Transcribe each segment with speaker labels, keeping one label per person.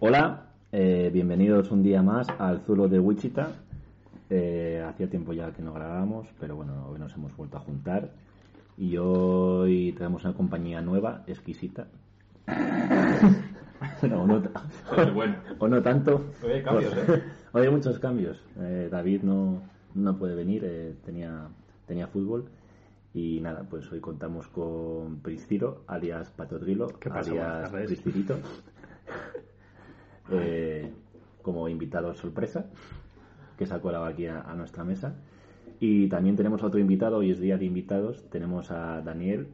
Speaker 1: Hola, eh, bienvenidos un día más al Zulo de Wichita. Eh, hacía tiempo ya que no grabábamos, pero bueno, hoy nos hemos vuelto a juntar. Y hoy tenemos una compañía nueva, exquisita. No, no ta-
Speaker 2: Pero bueno.
Speaker 1: o no tanto.
Speaker 2: Hoy hay cambios, ¿eh?
Speaker 1: Hoy hay muchos cambios. Eh, David no, no puede venir, eh, tenía, tenía fútbol. Y nada, pues hoy contamos con Priscilo, alias Patodrilo,
Speaker 3: ¿Qué pasa? Buenas
Speaker 1: alias
Speaker 3: tardes.
Speaker 1: Priscilito, eh, como invitado sorpresa, que se ha colado aquí a, a nuestra mesa. Y también tenemos a otro invitado, hoy es día de invitados, tenemos a Daniel,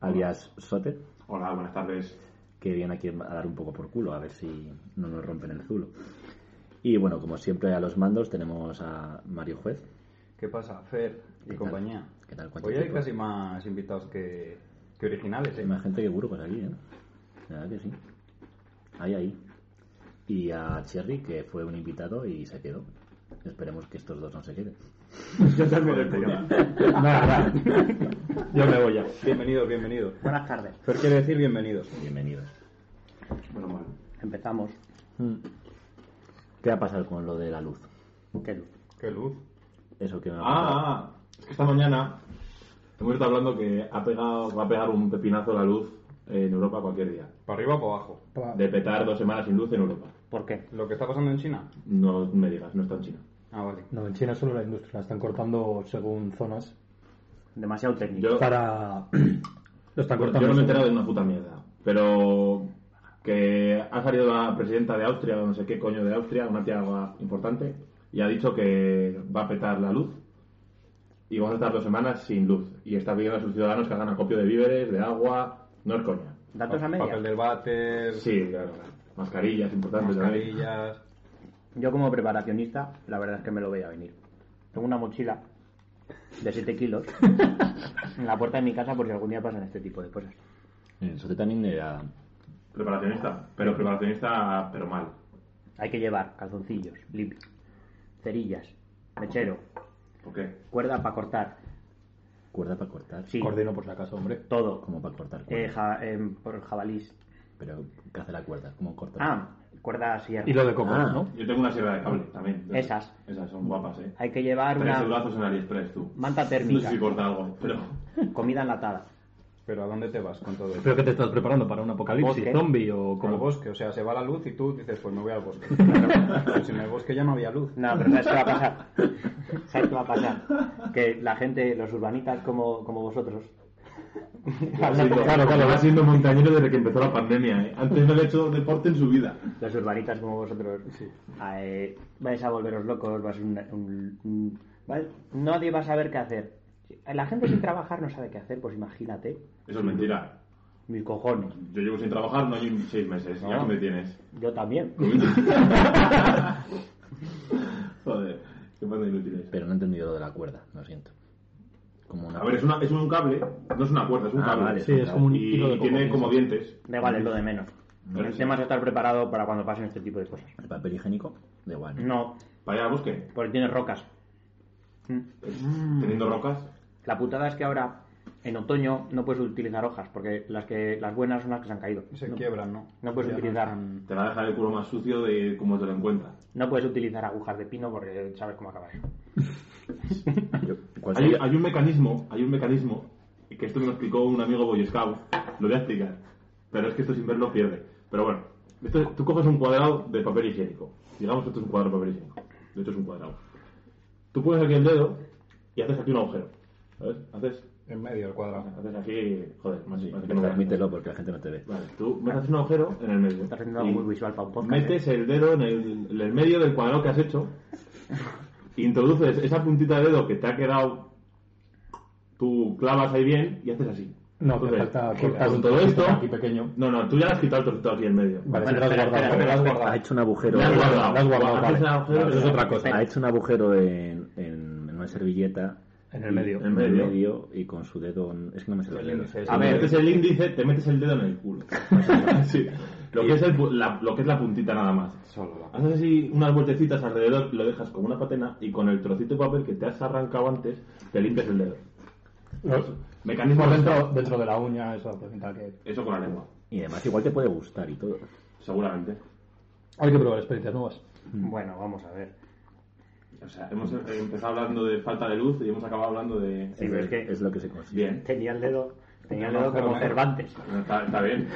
Speaker 1: alias Sote,
Speaker 2: Hola, buenas tardes.
Speaker 1: que viene aquí a dar un poco por culo, a ver si no nos rompen el zulo. Y bueno, como siempre a los mandos tenemos a Mario Juez.
Speaker 4: ¿Qué pasa, Fer
Speaker 1: ¿Qué
Speaker 4: y
Speaker 1: tal?
Speaker 4: compañía?
Speaker 1: ¿Qué tal? ¿Cuánto
Speaker 4: Hoy hay
Speaker 1: tiempo?
Speaker 4: casi más invitados que, que originales, ¿eh?
Speaker 1: Hay más gente que grupos aquí, ¿eh? La verdad que sí. Ahí, ahí. Y a Cherry, que fue un invitado y se quedó. Esperemos que estos dos no se queden.
Speaker 2: Yo salgo del programa.
Speaker 4: Yo me voy ya. Bienvenidos, bienvenidos.
Speaker 3: Buenas tardes.
Speaker 4: Fer quiere decir bienvenidos.
Speaker 1: Bienvenidos.
Speaker 2: pues, Bueno, bueno.
Speaker 3: Empezamos. Hmm.
Speaker 1: ¿Qué va a pasar con lo de la luz?
Speaker 3: Qué luz.
Speaker 4: ¡Qué luz!
Speaker 1: Eso que me
Speaker 2: Ah,
Speaker 1: va a pasar.
Speaker 2: ah, es que esta mañana hemos estado hablando que ha pegado, va a pegar un pepinazo la luz en Europa cualquier día.
Speaker 4: ¿Para arriba o para abajo?
Speaker 2: De petar dos semanas sin luz en Europa.
Speaker 3: ¿Por qué?
Speaker 4: ¿Lo que está pasando en China?
Speaker 2: No me digas, no está en China.
Speaker 4: Ah, vale.
Speaker 5: No, en China solo la industria, la están cortando según zonas.
Speaker 3: Demasiado técnico.
Speaker 2: Yo,
Speaker 5: Para. Lo están
Speaker 2: yo no
Speaker 5: cortando.
Speaker 2: me he
Speaker 5: según-
Speaker 2: enterado de una puta mierda. Pero que ha salido la presidenta de Austria, o no sé qué coño de Austria, una tía importante, y ha dicho que va a petar la luz y vamos a estar dos semanas sin luz. Y está pidiendo a sus ciudadanos que hagan acopio de víveres, de agua, no es coña.
Speaker 3: Datos a
Speaker 4: Pa- Papel
Speaker 3: media.
Speaker 4: del váter,
Speaker 2: Sí, claro. Mascarillas, importantes también.
Speaker 4: mascarillas...
Speaker 3: Yo como preparacionista, la verdad es que me lo voy a venir. Tengo una mochila de 7 kilos en la puerta de mi casa porque algún día pasan este tipo de cosas.
Speaker 1: Eh, Sote también era...
Speaker 2: Preparacionista, pero preparacionista, pero mal.
Speaker 3: Hay que llevar calzoncillos limpios, cerillas, mechero,
Speaker 2: ¿Por qué?
Speaker 3: cuerda para cortar,
Speaker 1: Cuerda para cortar.
Speaker 3: sí,
Speaker 5: Cordero por si acaso, hombre.
Speaker 3: todo,
Speaker 1: ¿Cómo para cortar? cuerda?
Speaker 3: eh, ja- em, por jabalís.
Speaker 1: Pero, ¿qué hace la cuerda? ¿Cómo corta?
Speaker 3: Ah, cuerda sierra.
Speaker 5: Y lo de coco,
Speaker 1: Ah.
Speaker 5: ¿no?
Speaker 2: Yo tengo una sierra de cable también.
Speaker 3: Esas.
Speaker 2: Esas son guapas, ¿eh?
Speaker 3: Hay que llevar
Speaker 2: Tres
Speaker 3: una
Speaker 2: brazos en AliExpress, tú.
Speaker 3: manta
Speaker 2: No sé
Speaker 3: térmica,
Speaker 2: si corta algo, pero...
Speaker 3: comida enlatada.
Speaker 4: ¿Pero a dónde te vas con todo esto?
Speaker 5: Creo que te estás preparando para un apocalipsis
Speaker 3: Bosque.
Speaker 5: zombie o
Speaker 4: Como
Speaker 5: como.
Speaker 4: bosque, o sea, se va la luz y tú dices, pues me voy al bosque. Pues en el bosque ya no había luz.
Speaker 3: No, pero ¿sabes qué va a pasar? ¿Sabes qué va a pasar? Que la gente, los urbanitas como, como vosotros,
Speaker 2: Va siendo-
Speaker 5: Claro, claro.
Speaker 2: va siendo montañero desde que empezó la pandemia, ¿eh? Antes no había hecho deporte en su vida.
Speaker 3: los urbanitas como vosotros, eh, vais a volveros locos, vas un, un- un- ¿vale? nadie va a saber qué hacer. La gente sin trabajar no sabe qué hacer, pues imagínate,
Speaker 2: Eso es mentira.
Speaker 3: mis cojones.
Speaker 2: Yo llevo sin trabajar no hay seis meses. Ya
Speaker 3: Ah.
Speaker 2: que me tienes.
Speaker 3: Yo también.
Speaker 2: Joder, qué panda inútiles.
Speaker 1: Pero no he entendido lo de la cuerda, lo siento. Como una...
Speaker 2: A ver, es, una, es un cable, no es una cuerda, es un
Speaker 1: Ah,
Speaker 2: cable.
Speaker 1: vale.
Speaker 5: Sí, es como un hilo de
Speaker 2: Y
Speaker 5: coco.
Speaker 2: tiene como dientes.
Speaker 3: Da igual, es lo de menos.
Speaker 2: Pero
Speaker 3: el
Speaker 2: sí.
Speaker 3: tema es estar preparado para cuando pasen este tipo de cosas.
Speaker 1: El papel higiénico, de igual. ¿no?
Speaker 3: No,
Speaker 2: Para allá al bosque,
Speaker 3: porque tienes rocas. ¿Mm?
Speaker 2: teniendo rocas.
Speaker 3: La putada es que ahora, en otoño, no puedes utilizar hojas, porque las que las buenas son las que se han caído.
Speaker 4: Se
Speaker 3: no,
Speaker 4: quiebran, ¿no?
Speaker 3: no puedes
Speaker 4: Ya
Speaker 3: utilizar.
Speaker 4: están-
Speaker 2: Te va a dejar el culo más sucio de como te lo encuentras.
Speaker 3: no puedes utilizar agujas de pino porque sabes cómo acabar.
Speaker 1: Yo- ¿cuál
Speaker 3: Pues
Speaker 2: Hay,
Speaker 1: sería?
Speaker 2: hay un mecanismo, hay un mecanismo, que esto me lo explicó un amigo Boy Scout, lo voy a explicar, pero es que esto sin verlo pierde. Pero bueno, esto, tú coges un cuadrado de papel higiénico, digamos que esto es un cuadrado de papel higiénico, de hecho es un cuadrado. Tú pones aquí el dedo y haces aquí un agujero, ¿sabes? Haces,
Speaker 4: En medio del cuadrado.
Speaker 2: haces aquí, joder, más, más que no veas.
Speaker 1: Permítelo porque la gente no te ve.
Speaker 2: Vale, tú me haces un agujero en el medio.
Speaker 3: Estás haciendo algo
Speaker 2: Y
Speaker 3: muy visual para un podcast. ¿eh?
Speaker 2: Metes el dedo en el, en el medio del cuadrado que has hecho, introduces esa puntita de dedo que te ha quedado, tú clavas ahí bien y haces así.
Speaker 5: No, te
Speaker 2: Entonces,
Speaker 5: falta cortar
Speaker 2: con
Speaker 5: un
Speaker 2: todo esto.
Speaker 5: trocito aquí pequeño.
Speaker 2: No, no, tú ya le has quitado el trocito aquí en medio.
Speaker 5: Vale,
Speaker 3: Bueno,
Speaker 5: si te lo has
Speaker 3: espera,
Speaker 5: guardado.
Speaker 3: espera,
Speaker 5: te lo has
Speaker 3: espera.
Speaker 5: guardado.
Speaker 1: Ha hecho un agujero.
Speaker 2: Le has guardado.
Speaker 5: Lo has guardado,
Speaker 2: Haces
Speaker 5: vale.
Speaker 2: el agujero
Speaker 5: Eso es
Speaker 2: que le-
Speaker 5: otra cosa.
Speaker 1: Ha hecho un agujero en, en- en una servilleta.
Speaker 5: En el medio.
Speaker 2: En medio.
Speaker 1: y con su dedo. en- Es que no me sé los
Speaker 4: El
Speaker 1: dedos.
Speaker 4: índice.
Speaker 2: A ver, metes el índice, te metes el dedo en el culo. Sí. Lo que, es el pu- la, lo que es la puntita nada más.
Speaker 4: Solo la-
Speaker 2: Haces así unas vueltecitas alrededor, lo dejas como una patena y con el trocito de papel que te has arrancado antes, te limpias el dedo.
Speaker 5: Lo-
Speaker 2: Mecanismo
Speaker 5: dentro, dentro de la uña, esa cosita que.
Speaker 2: Eso con la lengua,
Speaker 1: Y además, igual te puede gustar y todo.
Speaker 2: seguramente.
Speaker 5: Hay que probar experiencias nuevas.
Speaker 3: Bueno, vamos a ver.
Speaker 2: O sea, hemos eh, empezado hablando de falta de luz y hemos acabado hablando de...
Speaker 3: Sí, pero es que-
Speaker 1: es lo que se consigue.
Speaker 2: Bien.
Speaker 3: Tenía el dedo, tenía el
Speaker 4: No,
Speaker 3: dedo
Speaker 4: no,
Speaker 3: como
Speaker 4: no.
Speaker 3: Cervantes.
Speaker 2: Bueno, Está, está bien.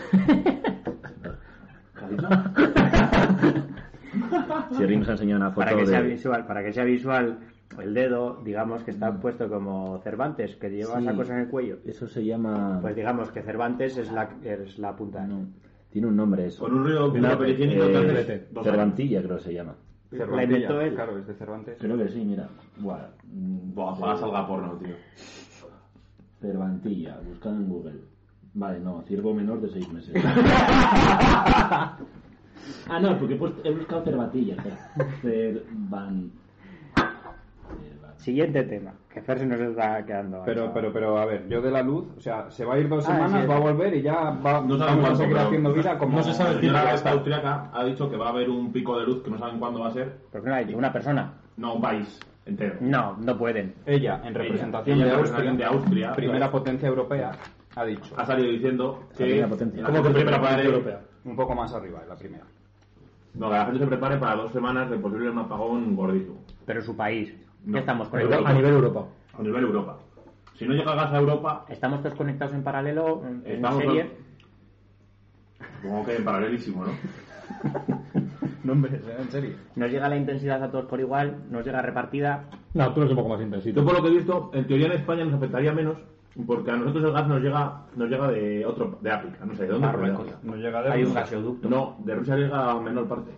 Speaker 1: Si Rim nos ha enseñado una foto
Speaker 3: Para que sea
Speaker 1: de-
Speaker 3: visual, para que sea visual, el dedo, digamos que está puesto como Cervantes, que lleva
Speaker 1: Sí.
Speaker 3: esa cosa en el cuello.
Speaker 1: Eso se llama...
Speaker 3: Pues digamos que Cervantes es la, es la punta.
Speaker 1: No, tiene un nombre eso.
Speaker 2: Con un río con
Speaker 1: No,
Speaker 2: papel higiénico,
Speaker 1: eh,
Speaker 2: tal vez, dos años.
Speaker 1: Cervantilla creo que se llama.
Speaker 4: Cervantilla,
Speaker 3: La inventó él.
Speaker 4: Claro, es de Cervantes.
Speaker 1: Creo que sí, mira. Buah, mm,
Speaker 2: Buah, ojalá salga porno, tío.
Speaker 1: Cervantilla, buscado en Google. Vale, no, ciervo menor de 6 meses. ah, no, porque he, puesto- he buscado cervatilla. espera. Cervan... Cerva-
Speaker 3: Siguiente tema, que Fer se nos está quedando.
Speaker 4: Pero, pero, pero, a ver, yo de la luz, o sea, se va a ir dos
Speaker 3: Ah,
Speaker 4: semanas,
Speaker 3: sí.
Speaker 4: va a volver y ya va,
Speaker 2: No saben
Speaker 4: vamos a
Speaker 2: cuánto,
Speaker 4: seguir
Speaker 2: pero-
Speaker 4: haciendo vida como...
Speaker 5: no se
Speaker 2: La
Speaker 5: sabe.
Speaker 2: señora
Speaker 5: Ya está.
Speaker 2: austriaca ha dicho que va a haber un pico de luz que no saben cuándo va a ser.
Speaker 3: ¿Por qué no hay una persona?
Speaker 2: No, un país entero.
Speaker 3: No, no pueden.
Speaker 4: Ella, en representación,
Speaker 2: ella en
Speaker 4: de, Austria,
Speaker 2: representación de Austria,
Speaker 4: primera
Speaker 2: claro.
Speaker 4: potencia europea, ha dicho,
Speaker 2: Ha salido diciendo
Speaker 1: La
Speaker 2: que...
Speaker 1: primera potencia.
Speaker 2: la
Speaker 1: ¿Cómo
Speaker 2: gente se prepare-
Speaker 5: europea?
Speaker 4: un poco más arriba, es la primera.
Speaker 2: No, que la gente se prepare para dos semanas de posible un apagón gordísimo.
Speaker 3: Pero su país. ¿Qué
Speaker 2: No.
Speaker 3: estamos
Speaker 5: A nivel-
Speaker 3: conectados?
Speaker 5: a nivel Europa.
Speaker 2: A nivel Europa. Si no llega gas a Europa,
Speaker 3: Estamos todos conectados en paralelo en en
Speaker 2: Estamos
Speaker 3: serie.
Speaker 2: supongo que en paralelísimo, ¿no?
Speaker 4: No, hombre, en serio.
Speaker 3: Nos llega la intensidad a todos por igual, nos llega repartida.
Speaker 5: No, tú eres un poco más
Speaker 2: Yo
Speaker 5: intensito.
Speaker 2: por lo que he visto, en teoría en España nos afectaría menos, porque a nosotros el gas nos llega, nos llega de otro, de África, no sé de dónde. pero de África.
Speaker 4: No llega de...
Speaker 3: Hay un gasoducto.
Speaker 2: No, de Rusia llega a menor parte.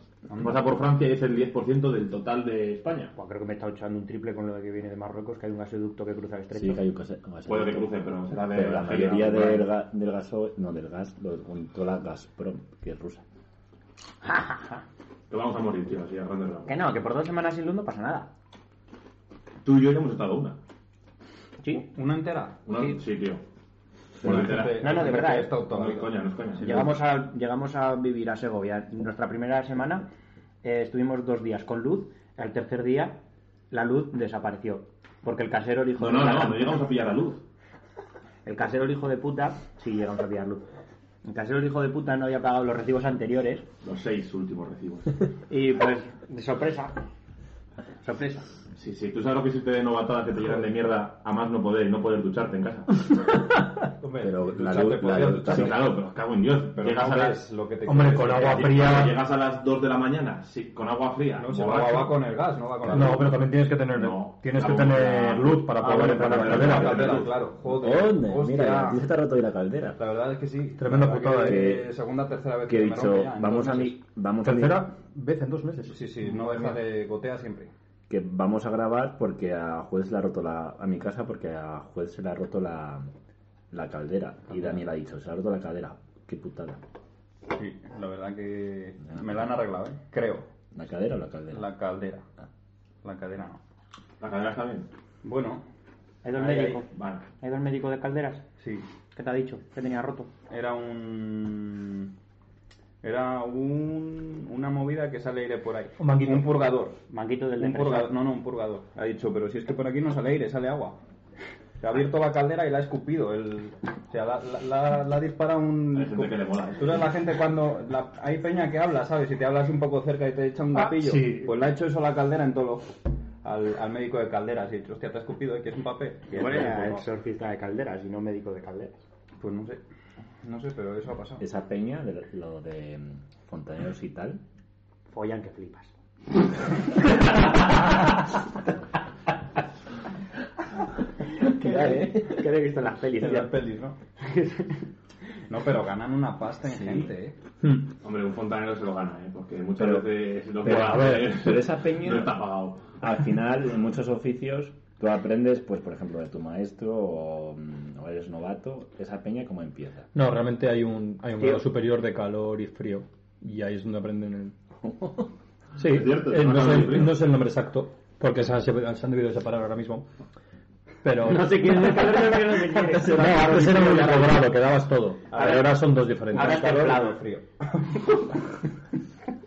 Speaker 2: Pasa por Francia y es el 10% del total de España.
Speaker 3: Buah, creo que me está echando un triple con lo de que viene de Marruecos, que hay un gasoducto que cruza el
Speaker 1: Sí,
Speaker 3: estrecho.
Speaker 1: que hay un case- un gasoducto.
Speaker 2: Puede que cruce, pero será de
Speaker 1: Pero la
Speaker 2: Argelia,
Speaker 1: mayoría
Speaker 2: ¿no?
Speaker 1: del, ga- del gaso- no, del gas lo controla Gazprom, que es rusa.
Speaker 2: Que vamos a morir, tío, así a grandes rasgos.
Speaker 3: Que no, que por dos semanas sin luz no pasa nada.
Speaker 2: Tú y yo ya hemos estado una.
Speaker 3: Sí.
Speaker 4: ¿Una entera?
Speaker 2: Una-
Speaker 3: Sí.
Speaker 2: sí. tío. Bueno,
Speaker 4: Gente-
Speaker 2: entera.
Speaker 3: No, no, de
Speaker 4: gente que
Speaker 3: verdad,
Speaker 4: ha
Speaker 3: eh.
Speaker 4: estado toda
Speaker 2: No
Speaker 4: la
Speaker 2: es
Speaker 4: vida.
Speaker 2: coña, no es coña.
Speaker 3: Llegamos a, llegamos a vivir a Segovia. Nuestra primera semana eh, estuvimos dos días con luz. Al tercer día, la luz desapareció. Porque el casero, el hijo
Speaker 2: No,
Speaker 3: de
Speaker 2: no,
Speaker 3: la
Speaker 2: no,
Speaker 3: gran
Speaker 2: no llegamos a pillar la luz.
Speaker 3: El casero, el hijo de puta, sí, llegamos a pillar luz. El casero, el hijo de puta, no había pagado los recibos anteriores
Speaker 2: Los seis últimos recibos.
Speaker 3: y, pues, de sorpresa, sorpresa.
Speaker 2: Sí, sí, tú sabes lo que hiciste de novatada que te llenan de mierda a más no poder y no poder ducharte en casa.
Speaker 4: Hombre,
Speaker 1: Pero la
Speaker 4: ducharte
Speaker 1: luz- la
Speaker 4: podías
Speaker 1: luz-
Speaker 4: ducharte,
Speaker 2: Sí, claro, pero cago en Dios.
Speaker 4: Pero
Speaker 2: llegas
Speaker 4: no
Speaker 2: a
Speaker 4: ves
Speaker 2: las... Eh,
Speaker 4: lo que te
Speaker 5: Hombre,
Speaker 4: quieres
Speaker 5: con
Speaker 4: decir.
Speaker 5: agua
Speaker 2: Cuando
Speaker 5: fría.
Speaker 2: Llegas a las 2 de la mañana, sí, con agua fría.
Speaker 4: No, si el
Speaker 2: borracho.
Speaker 4: agua va con el gas, no va con
Speaker 5: No,
Speaker 4: el gas.
Speaker 5: pero también tienes que tener,
Speaker 2: No.
Speaker 5: tienes que
Speaker 2: La bomba.
Speaker 5: tener luz para
Speaker 2: Ah,
Speaker 5: poder
Speaker 2: bueno,
Speaker 5: entrar a la
Speaker 2: pero-
Speaker 5: caldera.
Speaker 4: La caldera, claro. Joder.
Speaker 1: ¿Dónde?
Speaker 4: Hostia.
Speaker 1: Mira, a ti se te ha roto hoy la caldera.
Speaker 4: La verdad es que sí.
Speaker 5: Tremenda
Speaker 4: La verdad
Speaker 5: putada,
Speaker 4: que
Speaker 1: eh.
Speaker 4: Segunda, tercera vez
Speaker 1: Que he
Speaker 4: me
Speaker 1: dicho,
Speaker 4: rompe ya,
Speaker 1: vamos a
Speaker 4: entonces-
Speaker 1: mi, vamos a mi-
Speaker 5: Tercera vez en dos meses.
Speaker 4: Sí, sí, no deja de gotea siempre.
Speaker 1: que vamos a grabar porque a juez le ha roto la a mi casa porque a juez se le ha roto la, la caldera y Daniel ha dicho se le ha roto la caldera qué putada
Speaker 4: Sí, la verdad que me la han arreglado, ¿eh? Creo.
Speaker 1: la cadera o la caldera
Speaker 4: La caldera. La cadera no.
Speaker 2: La cadera está bien.
Speaker 4: Bueno,
Speaker 3: Hay dos
Speaker 4: Ahí, ahí.
Speaker 3: médicos,
Speaker 2: Vale.
Speaker 3: hay dos médicos de calderas.
Speaker 4: sí.
Speaker 3: ¿Qué te ha dicho? Que tenía roto.
Speaker 4: Era un... Era un... una movida que sale aire por ahí.
Speaker 5: Un manguito.
Speaker 4: Un purgador.
Speaker 3: Manguito del
Speaker 4: Un purgador.
Speaker 3: depresor.
Speaker 4: No, no, un purgador. Ha dicho, pero si es que por aquí no sale aire, sale agua. Se ha abierto la caldera y la ha escupido. El... O sea, la, la, la, la dispara un...
Speaker 2: Hay gente que le mola, ¿eh?
Speaker 4: Tú eres la gente cuando... la- Hay peña que habla, ¿sabes? Si te hablas un poco cerca y te echa un
Speaker 5: Ah,
Speaker 4: gatillo.
Speaker 5: sí.
Speaker 4: Pues le ha hecho eso a la caldera en todo lo... al, al médico de calderas. Y ha dicho, hostia, te ha escupido, ¿eh? que es un papel. Y
Speaker 3: Bueno,
Speaker 4: el-
Speaker 3: era
Speaker 4: pues,
Speaker 3: exorcista de calderas y no médico de calderas.
Speaker 4: no, pues no sé. No sé, pero eso ha pasado.
Speaker 1: esa peña de lo de mm, fontaneros y tal
Speaker 3: Follan que flipas. ¿Qué ¿Qué he visto en las pelis?
Speaker 4: En
Speaker 3: tío.
Speaker 4: las pelis, ¿no? No, pero ganan una pasta ingente, ¿eh?
Speaker 2: Hombre, un fontanero se lo gana, ¿eh? Porque muchas
Speaker 1: Pero-
Speaker 2: veces lo que
Speaker 1: pero,
Speaker 2: va
Speaker 1: a ver,
Speaker 2: hacer
Speaker 1: pero esa peña-
Speaker 2: no está pagado.
Speaker 1: al final en muchos oficios tú aprendes pues por ejemplo de tu maestro o, mm, o eres novato esa peña cómo empieza
Speaker 5: No, realmente hay un, hay un
Speaker 3: Tío.
Speaker 5: grado superior de calor y frío. Y ahí es donde aprenden el... Sí,
Speaker 2: Es cierto,
Speaker 5: eh, no,
Speaker 2: calor y
Speaker 5: sé,
Speaker 2: frío.
Speaker 5: no sé el nombre exacto, porque se han, se han debido separar ahora mismo. Pero
Speaker 3: No sé quién es el calor, no sé quién es el calor.
Speaker 5: antes era, antes era un único grado, que dabas todo.
Speaker 3: A
Speaker 5: Pero
Speaker 3: ver.
Speaker 5: ahora son dos diferentes.
Speaker 3: Ahora es templado.
Speaker 4: Calor y frío.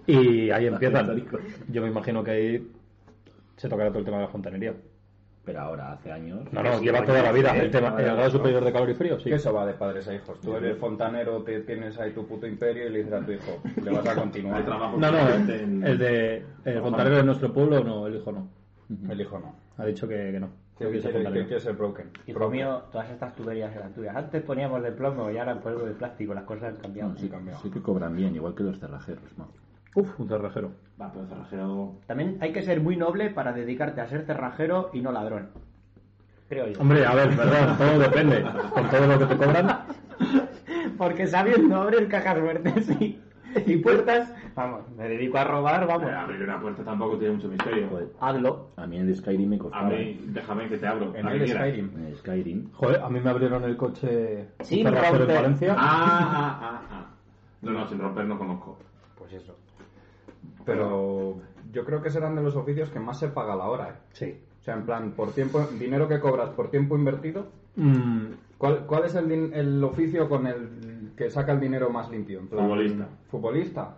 Speaker 5: Y ahí empiezan.
Speaker 1: Históricos.
Speaker 5: Yo me imagino que ahí se tocará todo el tema de la fontanería.
Speaker 1: Pero ahora, hace años.
Speaker 5: No, no, lleva toda la vida el tema, el grado superior de calor y frío, sí.
Speaker 4: Que eso va de padres a hijos. Tú eres fontanero, te tienes ahí tu puto imperio y le dices a tu hijo, le vas a
Speaker 2: Hay
Speaker 4: continuar.
Speaker 2: trabajo
Speaker 5: No, no,
Speaker 2: suficiente en-
Speaker 5: el de el fontanero de nuestro pueblo, no, el hijo no.
Speaker 4: El hijo no.
Speaker 5: Ha dicho que, que no.
Speaker 4: Que
Speaker 5: Creo que es
Speaker 4: quiere-
Speaker 5: el
Speaker 4: que
Speaker 5: fontanero.
Speaker 4: quiere ser broken.
Speaker 3: Hijo
Speaker 4: Broken.
Speaker 3: mío, todas estas tuberías eran tuyas. Antes poníamos de plomo y ahora polvo de plástico. Las cosas han cambiado.
Speaker 1: No, sí,
Speaker 4: cambiado.
Speaker 1: sí que cobran bien, igual que los cerrajeros, ¿no?
Speaker 5: Uf, un cerrajero.
Speaker 2: Va, pero cerrajero.
Speaker 3: También hay que ser muy noble para dedicarte a ser cerrajero y no ladrón. Creo yo.
Speaker 5: Hombre, a ver, perdón, todo depende. Con todo lo que te cobran,
Speaker 3: Porque sabiendo abrir cajas fuertes y, y puertas, vamos, me dedico a robar, vamos.
Speaker 2: Pero abrir una puerta tampoco tiene mucho misterio.
Speaker 1: Joder,
Speaker 3: Hazlo.
Speaker 1: a mí en el Skyrim me
Speaker 2: A
Speaker 1: costaba.
Speaker 2: mí, déjame que te abro.
Speaker 4: En
Speaker 2: la
Speaker 4: el
Speaker 2: que quieras.
Speaker 4: Skyrim.
Speaker 1: En el Skyrim.
Speaker 5: joder, a mí me abrieron el coche un
Speaker 3: Sin
Speaker 5: cerrajero en
Speaker 3: romper.
Speaker 5: Valencia.
Speaker 2: Ah, ah, ah, ah. No, no, sin romper no conozco.
Speaker 4: Pues eso. Pero yo creo que serán de los oficios que más se paga la hora, ¿eh?
Speaker 5: Sí.
Speaker 4: O sea, en plan, por tiempo, dinero que cobras por tiempo invertido,
Speaker 5: Mm,
Speaker 4: ¿cuál, cuál es el, din- el oficio con el que saca el dinero más limpio? En plan,
Speaker 2: Futbolista.
Speaker 4: ¿Futbolista?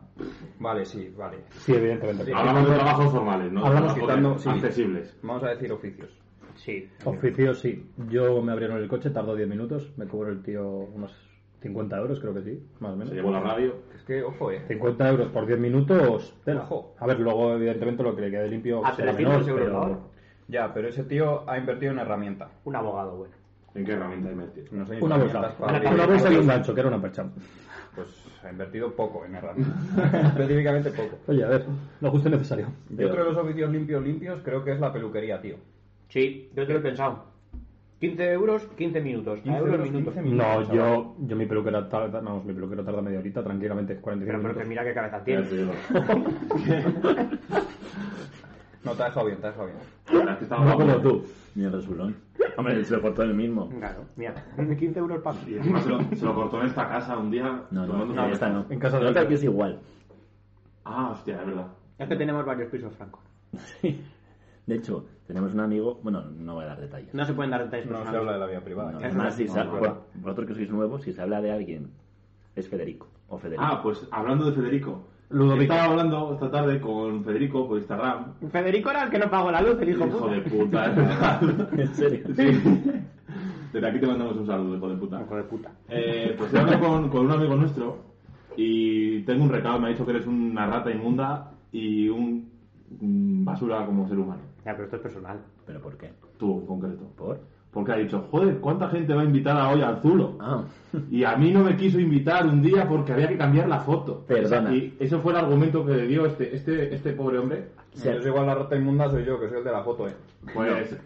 Speaker 4: Vale, sí, vale.
Speaker 5: sí, evidentemente.
Speaker 4: Sí.
Speaker 2: Hablamos de trabajos formales, ¿no?
Speaker 5: Hablamos
Speaker 2: Trabajos
Speaker 4: quitando-
Speaker 2: de-
Speaker 4: sí.
Speaker 2: accesibles.
Speaker 4: Vamos a decir oficios.
Speaker 3: Sí.
Speaker 5: Oficio, sí. Yo me abrieron el coche, tardó 10 minutos, me cobró el tío unos 50 euros, creo que sí, más o menos.
Speaker 2: Se llevó la radio.
Speaker 4: Es que, ojo, eh.
Speaker 5: 50 euros por 10 minutos, tela.
Speaker 4: Ojo.
Speaker 5: A ver, luego, evidentemente, lo que le quede limpio
Speaker 3: A
Speaker 5: será
Speaker 3: 300
Speaker 5: menor,
Speaker 3: euros
Speaker 5: pero...
Speaker 3: la hora.
Speaker 4: Ya, pero ese tío ha invertido en herramienta.
Speaker 3: Un abogado bueno.
Speaker 2: ¿En qué herramienta invertir?
Speaker 4: No sé,
Speaker 5: Una bolsa.
Speaker 4: herramientas para abrir-
Speaker 5: Una bolsa y un gancho, que era una percha.
Speaker 4: Pues ha invertido poco en herramientas. Específicamente poco.
Speaker 5: Oye, a ver, lo justo y necesario.
Speaker 4: Yo creo que los oficios limpios, limpios, creo que es la peluquería, tío.
Speaker 3: Sí, yo te lo he pensado. 15 euros, 15 minutos.
Speaker 4: 15
Speaker 3: euros,
Speaker 4: euros,
Speaker 3: minutos.
Speaker 4: 15
Speaker 5: No, yo, yo mi peluquera tarda, vamos, mi peluquero tarda media horita, tranquilamente, 45
Speaker 3: Pero, pero que
Speaker 5: minutos.
Speaker 3: mira qué cabeza
Speaker 2: Ya te
Speaker 3: tienes.
Speaker 2: digo.
Speaker 4: No, te ha dejado bien, te ha dejado bien.
Speaker 2: La verdad es que estaba
Speaker 5: No
Speaker 2: guapo.
Speaker 5: como tú.
Speaker 1: Ni el resulón. Hombre, se lo portó el mismo.
Speaker 3: Claro, mira, 15 euros para
Speaker 2: Y encima se lo, se lo cortó en esta casa un día.
Speaker 1: No, no,
Speaker 2: tomando
Speaker 1: no,
Speaker 2: una
Speaker 1: esta no.
Speaker 5: En casa de
Speaker 1: Creo que
Speaker 5: Alberto.
Speaker 1: aquí es igual.
Speaker 2: Ah, hostia, es verdad.
Speaker 3: Es que tenemos varios pisos francos.
Speaker 1: De hecho, tenemos un amigo. Bueno, no voy a dar detalles.
Speaker 3: No se pueden dar detalles
Speaker 4: No se
Speaker 3: personales.
Speaker 4: habla de la vida
Speaker 1: No,
Speaker 4: privada.
Speaker 1: no,
Speaker 4: ¿eh?
Speaker 1: además, si
Speaker 4: No,
Speaker 1: se ha-
Speaker 4: no, no.
Speaker 1: por- vosotros que sois nuevos, si se habla de alguien, es Federico o Federico.
Speaker 2: Ah, pues hablando de Federico.
Speaker 5: Ludovico.
Speaker 2: Estaba hablando esta tarde con Federico por Instagram.
Speaker 3: Federico era el que no pagó la luz, el hijo,
Speaker 2: Hijo
Speaker 3: puta.
Speaker 2: de puta, es verdad.
Speaker 1: en serio.
Speaker 2: Sí. Desde aquí te mandamos un saludo, hijo de puta.
Speaker 3: Hijo de puta.
Speaker 2: Eh, pues he hablado con, con un amigo nuestro y tengo un recado. Me ha dicho que eres una rata inmunda y un un basura como ser humano.
Speaker 3: Ya, pero esto es personal.
Speaker 1: ¿Pero por qué?
Speaker 2: Tú en concreto.
Speaker 1: ¿Por?
Speaker 2: Porque ha dicho, joder, ¿cuánta gente va invitada hoy al Zulo?
Speaker 1: Ah,
Speaker 2: Y a mí no me quiso invitar un día porque había que cambiar la foto.
Speaker 1: Perdona.
Speaker 2: O sea, Y ese fue el argumento que le dio este, este, este pobre hombre.
Speaker 1: Sí.
Speaker 4: Entonces igual la rata inmunda soy yo, que soy el de la foto, eh.
Speaker 2: Pues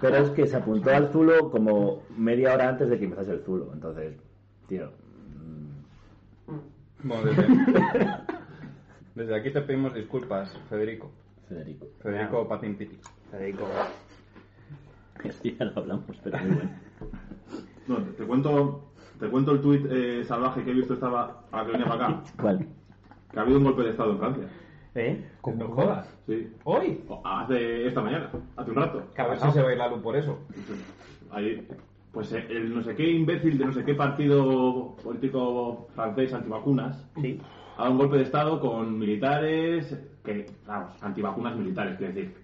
Speaker 1: pero es que se apuntó al Zulo como media hora antes de que empezase el Zulo. Entonces, tío. mm,
Speaker 4: Bueno, desde... desde aquí te pedimos disculpas, Federico.
Speaker 1: Federico.
Speaker 4: Federico Patín Piti.
Speaker 3: Federico.
Speaker 1: Esto ya lo hablamos, pero muy bueno.
Speaker 2: no, te, te cuento te cuento el tuit eh, salvaje que he visto estaba a que venía para acá.
Speaker 1: ¿Cuál?
Speaker 2: Que ha habido un golpe de estado en Francia.
Speaker 3: ¿Eh?
Speaker 4: ¿Cómo jodas?
Speaker 2: Sí.
Speaker 4: ¿Hoy?
Speaker 2: O- Hace esta mañana, hace un rato.
Speaker 4: A ver si se va a ir la luz por eso.
Speaker 2: Ahí, pues eh, el no sé qué imbécil de no sé qué partido político francés antivacunas
Speaker 3: Sí.
Speaker 2: ha dado un golpe de estado con militares que, vamos, antivacunas militares, quiero decir.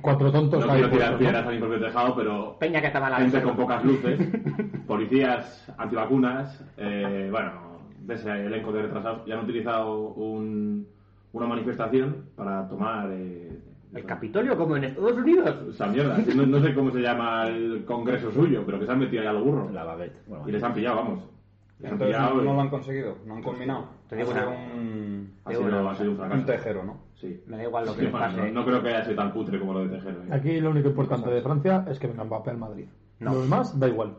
Speaker 5: Cuatro tontos
Speaker 2: No
Speaker 5: Pues ahí
Speaker 2: quiero tirar
Speaker 5: puestos,
Speaker 2: piedras a mi propio tejado, pero
Speaker 3: Peña que estaba en la
Speaker 2: gente
Speaker 3: mesa.
Speaker 2: con pocas luces, policías antivacunas, eh, bueno, de ese elenco de retrasados, ya han utilizado un- una manifestación para tomar... eh,
Speaker 3: El Capitolio, como en Estados Unidos.
Speaker 2: Esa mierda, sí, no, no sé cómo se llama el congreso suyo, pero que se han metido ya a lo burro.
Speaker 1: La baguette. Bueno,
Speaker 2: Y les han pillado, vamos. Les han
Speaker 4: Entonces
Speaker 2: pillado
Speaker 4: no,
Speaker 2: y-
Speaker 4: no lo han conseguido, no han combinado.
Speaker 3: Te digo
Speaker 4: Ha sido
Speaker 3: una-
Speaker 4: un...
Speaker 2: ha sido, ha sido un
Speaker 4: un
Speaker 2: fracaso.
Speaker 4: tejero, ¿no?
Speaker 2: Sí.
Speaker 3: Me da igual lo que
Speaker 2: Sí,
Speaker 3: les
Speaker 2: bueno,
Speaker 3: pase. ¿eh?
Speaker 2: no, no creo que haya sido tan putre como lo de Tejero. ¿eh?
Speaker 5: ¿no? Aquí lo único importante de Francia es que venga Mbappé al Madrid.
Speaker 3: No.
Speaker 5: Lo demás, da igual.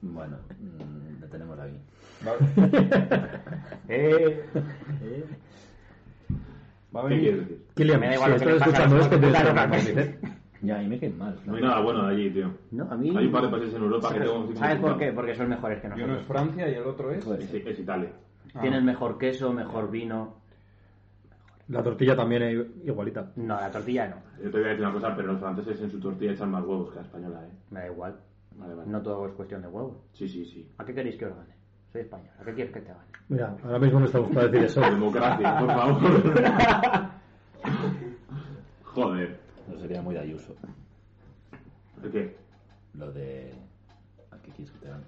Speaker 1: Bueno, mm, lo tenemos ahí.
Speaker 4: Va,
Speaker 3: Eh,
Speaker 4: va a
Speaker 2: ¿Qué quieres
Speaker 4: venir.
Speaker 2: decir?
Speaker 5: Kylian,
Speaker 3: Me da
Speaker 5: si
Speaker 3: igual lo que
Speaker 5: estás
Speaker 3: le pase a
Speaker 5: escuchando
Speaker 3: los
Speaker 5: esto,
Speaker 3: hijos de
Speaker 5: tienes
Speaker 3: puta,
Speaker 5: que
Speaker 3: no me
Speaker 5: venir.
Speaker 1: Ya, y me quedé mal.
Speaker 2: No hay nada bueno de allí, tío.
Speaker 3: no, a mí...
Speaker 2: Hay un par de países en Europa que tengo un
Speaker 3: ¿Sabes por qué? Porque son mejores que
Speaker 4: Y uno es
Speaker 3: nosotros.
Speaker 4: Francia y el otro es...
Speaker 1: Joder,
Speaker 2: Es,
Speaker 1: sí.
Speaker 2: es Italia.
Speaker 4: Ah.
Speaker 3: Tienen mejor queso, mejor vino.
Speaker 5: La tortilla también es igualita.
Speaker 3: No, la tortilla no.
Speaker 2: Yo te voy a decir una cosa, pero los franceses en su tortilla echan más huevos que la española, ¿eh?
Speaker 3: Me da igual.
Speaker 2: Vale, vale.
Speaker 3: No todo es cuestión de huevo.
Speaker 2: Sí, sí, sí.
Speaker 3: ¿A qué queréis que os gane? Soy español. ¿A qué quieres que te gane?
Speaker 5: Mira, ahora mismo no está gustando decir eso.
Speaker 2: Democracia, por favor. Joder.
Speaker 1: No sería muy de Ayuso.
Speaker 2: ¿El qué?
Speaker 1: Lo de... ¿A qué quieres que te ganen?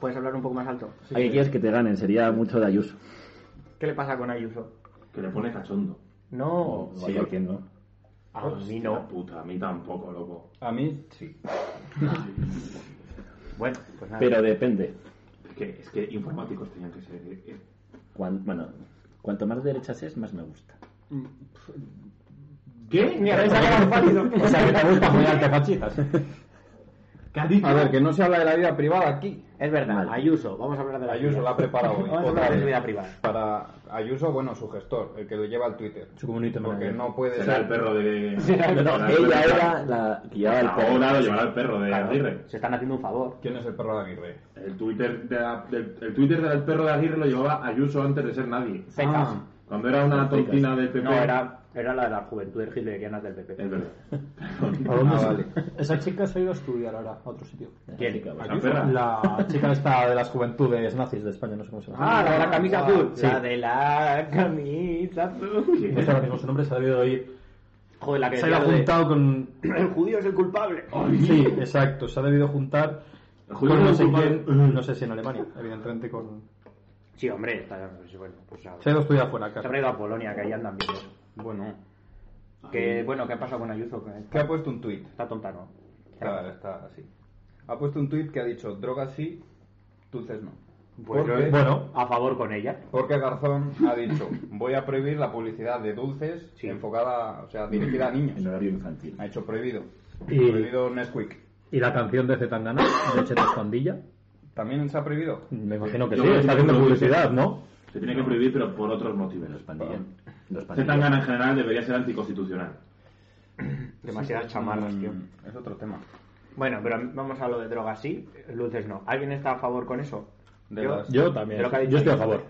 Speaker 3: ¿Puedes hablar un poco más alto?
Speaker 1: ¿A qué quieres que te ganen? Sería mucho de Ayuso.
Speaker 3: ¿Qué le pasa con Ayuso?
Speaker 2: Que le pone cachondo.
Speaker 3: No,
Speaker 1: Sí, yo entiendo.
Speaker 3: a mí
Speaker 2: Hostia
Speaker 3: no.
Speaker 2: Puta, a mí tampoco, loco.
Speaker 4: A mí, sí.
Speaker 3: Bueno, pues nada.
Speaker 1: Pero depende.
Speaker 2: Es que, es que informáticos tenían que ser. eh, eh.
Speaker 1: Cuan- bueno, cuanto más derechas es, más me gusta.
Speaker 2: ¿Qué?
Speaker 5: O sea, que te gusta follarte fachitas.
Speaker 2: ¿Qué has dicho?
Speaker 4: A ver, que no se habla de la vida privada aquí.
Speaker 3: Es verdad,
Speaker 1: Vale.
Speaker 3: Ayuso, vamos a hablar de la
Speaker 4: Ayuso
Speaker 3: vida.
Speaker 4: la ha preparado hoy.
Speaker 3: Vamos a
Speaker 4: otra
Speaker 3: hablar de su
Speaker 4: vez.
Speaker 3: vida privada.
Speaker 4: Para Ayuso, bueno, su gestor, el que lo lleva al Twitter.
Speaker 5: Su comunito
Speaker 4: Porque
Speaker 5: manager.
Speaker 4: no puede
Speaker 2: Será el
Speaker 4: ser.
Speaker 2: perro de.
Speaker 1: No, no, ella era la que llevaba el perro.
Speaker 2: Ahora lo llevará el perro de Aguirre.
Speaker 3: Se están haciendo un favor.
Speaker 4: ¿Quién es el perro de Aguirre?
Speaker 2: El Twitter, de la- del, el Twitter del perro de Aguirre lo llevaba Ayuso antes de ser nadie.
Speaker 3: Fecas.
Speaker 4: Ah.
Speaker 2: Cuando era una tontina del PP.
Speaker 3: No, era, era la de la juventud hitleriana del PP.
Speaker 2: Es verdad.
Speaker 5: ¿A dónde
Speaker 4: Ah,
Speaker 5: se-
Speaker 4: vale.
Speaker 5: Esa chica se ha ido a estudiar ahora a otro sitio.
Speaker 3: ¿Quién?
Speaker 1: Chica, pues,
Speaker 2: La perra.
Speaker 5: La chica esta de las juventudes nazis de España, no sé cómo se llama.
Speaker 3: Ah, la de la camisa
Speaker 4: Ah,
Speaker 3: azul.
Speaker 5: sí.
Speaker 3: La de la camisa azul.
Speaker 5: No sé ahora mismo su nombre, se ha debido ir.
Speaker 3: Joder, la que
Speaker 5: Se
Speaker 3: decía
Speaker 5: ha
Speaker 3: lo de,
Speaker 5: juntado con.
Speaker 3: El judío es el culpable.
Speaker 5: Sí, exacto, se ha debido juntar.
Speaker 2: El judío
Speaker 5: Con no
Speaker 2: es
Speaker 5: sé
Speaker 2: un
Speaker 5: quién,
Speaker 2: mal-
Speaker 5: no sé si en Alemania, evidentemente con.
Speaker 3: Sí, hombre, está, bueno, pues a-
Speaker 5: Se ha ido a estudiar fuera,
Speaker 3: se
Speaker 5: claro.
Speaker 3: habrá ido a Polonia, que ahí andan bien. eso.
Speaker 4: Bueno,
Speaker 3: Que, bueno, ¿qué ha pasado con Ayuso? Que
Speaker 4: que ha puesto un tuit.
Speaker 3: Está tonta, ¿no?
Speaker 4: Está, está así. Ha puesto un tuit que ha dicho, drogas sí, dulces no.
Speaker 3: Pues
Speaker 4: Porque-
Speaker 3: yo-
Speaker 5: Bueno,
Speaker 3: A favor con ella.
Speaker 4: Porque Garzón ha dicho, voy a prohibir la publicidad de dulces
Speaker 3: Sí.
Speaker 4: enfocada, o sea, dirigida a
Speaker 1: En
Speaker 4: niños.
Speaker 1: horario infantil.
Speaker 4: Ha hecho prohibido.
Speaker 5: Y-
Speaker 4: Prohibido Nesquik.
Speaker 5: ¿y la canción de Zetangana, de Chetos Pandilla?
Speaker 4: ¿También se ha prohibido?
Speaker 5: Me imagino que
Speaker 2: Yo
Speaker 5: sí,
Speaker 2: creo que
Speaker 5: está
Speaker 2: sí,
Speaker 5: haciendo
Speaker 2: creo que
Speaker 5: publicidad, ¿no?
Speaker 2: Se tiene que prohibir, pero por otros motivos.
Speaker 1: Los pandillas. Los pandillas.
Speaker 2: Zetangana en general debería ser anticonstitucional.
Speaker 3: Demasiadas chamarras, tío.
Speaker 4: Mm, Es otro tema.
Speaker 3: Bueno, pero vamos a lo de drogas sí, luces no. ¿Alguien está a favor con eso?
Speaker 4: De las-
Speaker 5: Yo también.
Speaker 3: de lo que ha dicho
Speaker 5: Yo estoy a
Speaker 3: Ayuso.
Speaker 5: favor.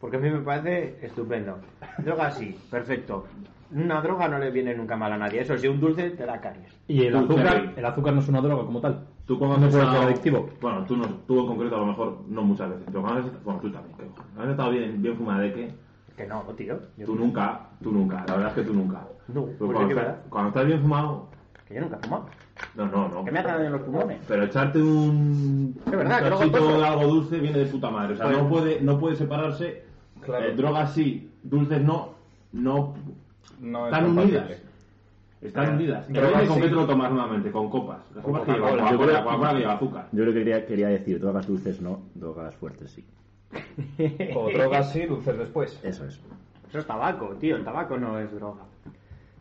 Speaker 3: Porque a mí me parece estupendo. Drogas sí, perfecto. Una droga no le viene nunca mal a nadie. Eso sí, un dulce te da caries.
Speaker 5: Y el
Speaker 2: Dulce
Speaker 5: azúcar,
Speaker 2: Rey.
Speaker 5: el azúcar no es una droga como tal.
Speaker 2: ¿Tú cuando
Speaker 5: No
Speaker 2: has
Speaker 5: puede
Speaker 2: estado-
Speaker 5: ser adictivo.
Speaker 2: Bueno, tú, no, tú en concreto a lo mejor no muchas veces. Pero cuando has, bueno, tú también. que Has estado bien, bien fumada de que
Speaker 3: Que no, tío. Yo-
Speaker 2: tú nunca, tú nunca. La verdad es que tú nunca. Pero
Speaker 3: No, pues
Speaker 2: cuando,
Speaker 3: sí que
Speaker 2: estás,
Speaker 3: verdad.
Speaker 2: cuando estás bien fumado...
Speaker 3: Que yo nunca he fumado.
Speaker 2: No, no, no.
Speaker 3: Que me ha dado en los pulmones.
Speaker 2: Pero echarte un,
Speaker 3: Es verdad, que
Speaker 2: un
Speaker 3: luego
Speaker 2: cachito
Speaker 3: toso.
Speaker 2: de algo dulce viene de puta madre. O sea,
Speaker 3: Pues-
Speaker 2: no, puede, no puede separarse.
Speaker 4: Claro.
Speaker 2: Eh, drogas sí, dulces no. No
Speaker 4: No es
Speaker 2: están
Speaker 4: compatible.
Speaker 2: unidas. Están unidas.
Speaker 4: Pero
Speaker 2: Pero
Speaker 4: sí.
Speaker 2: con qué te lo tomas nuevamente, con copas. Las copas que llevan
Speaker 1: Coca-Cola.
Speaker 2: Coca-Cola, la Coca-Cola que lleva azúcar.
Speaker 1: Yo creo que quería, quería decir, drogas dulces no, drogas fuertes sí.
Speaker 4: O drogas sí, dulces después.
Speaker 1: Eso es.
Speaker 3: Eso es tabaco, tío. El tabaco no es droga.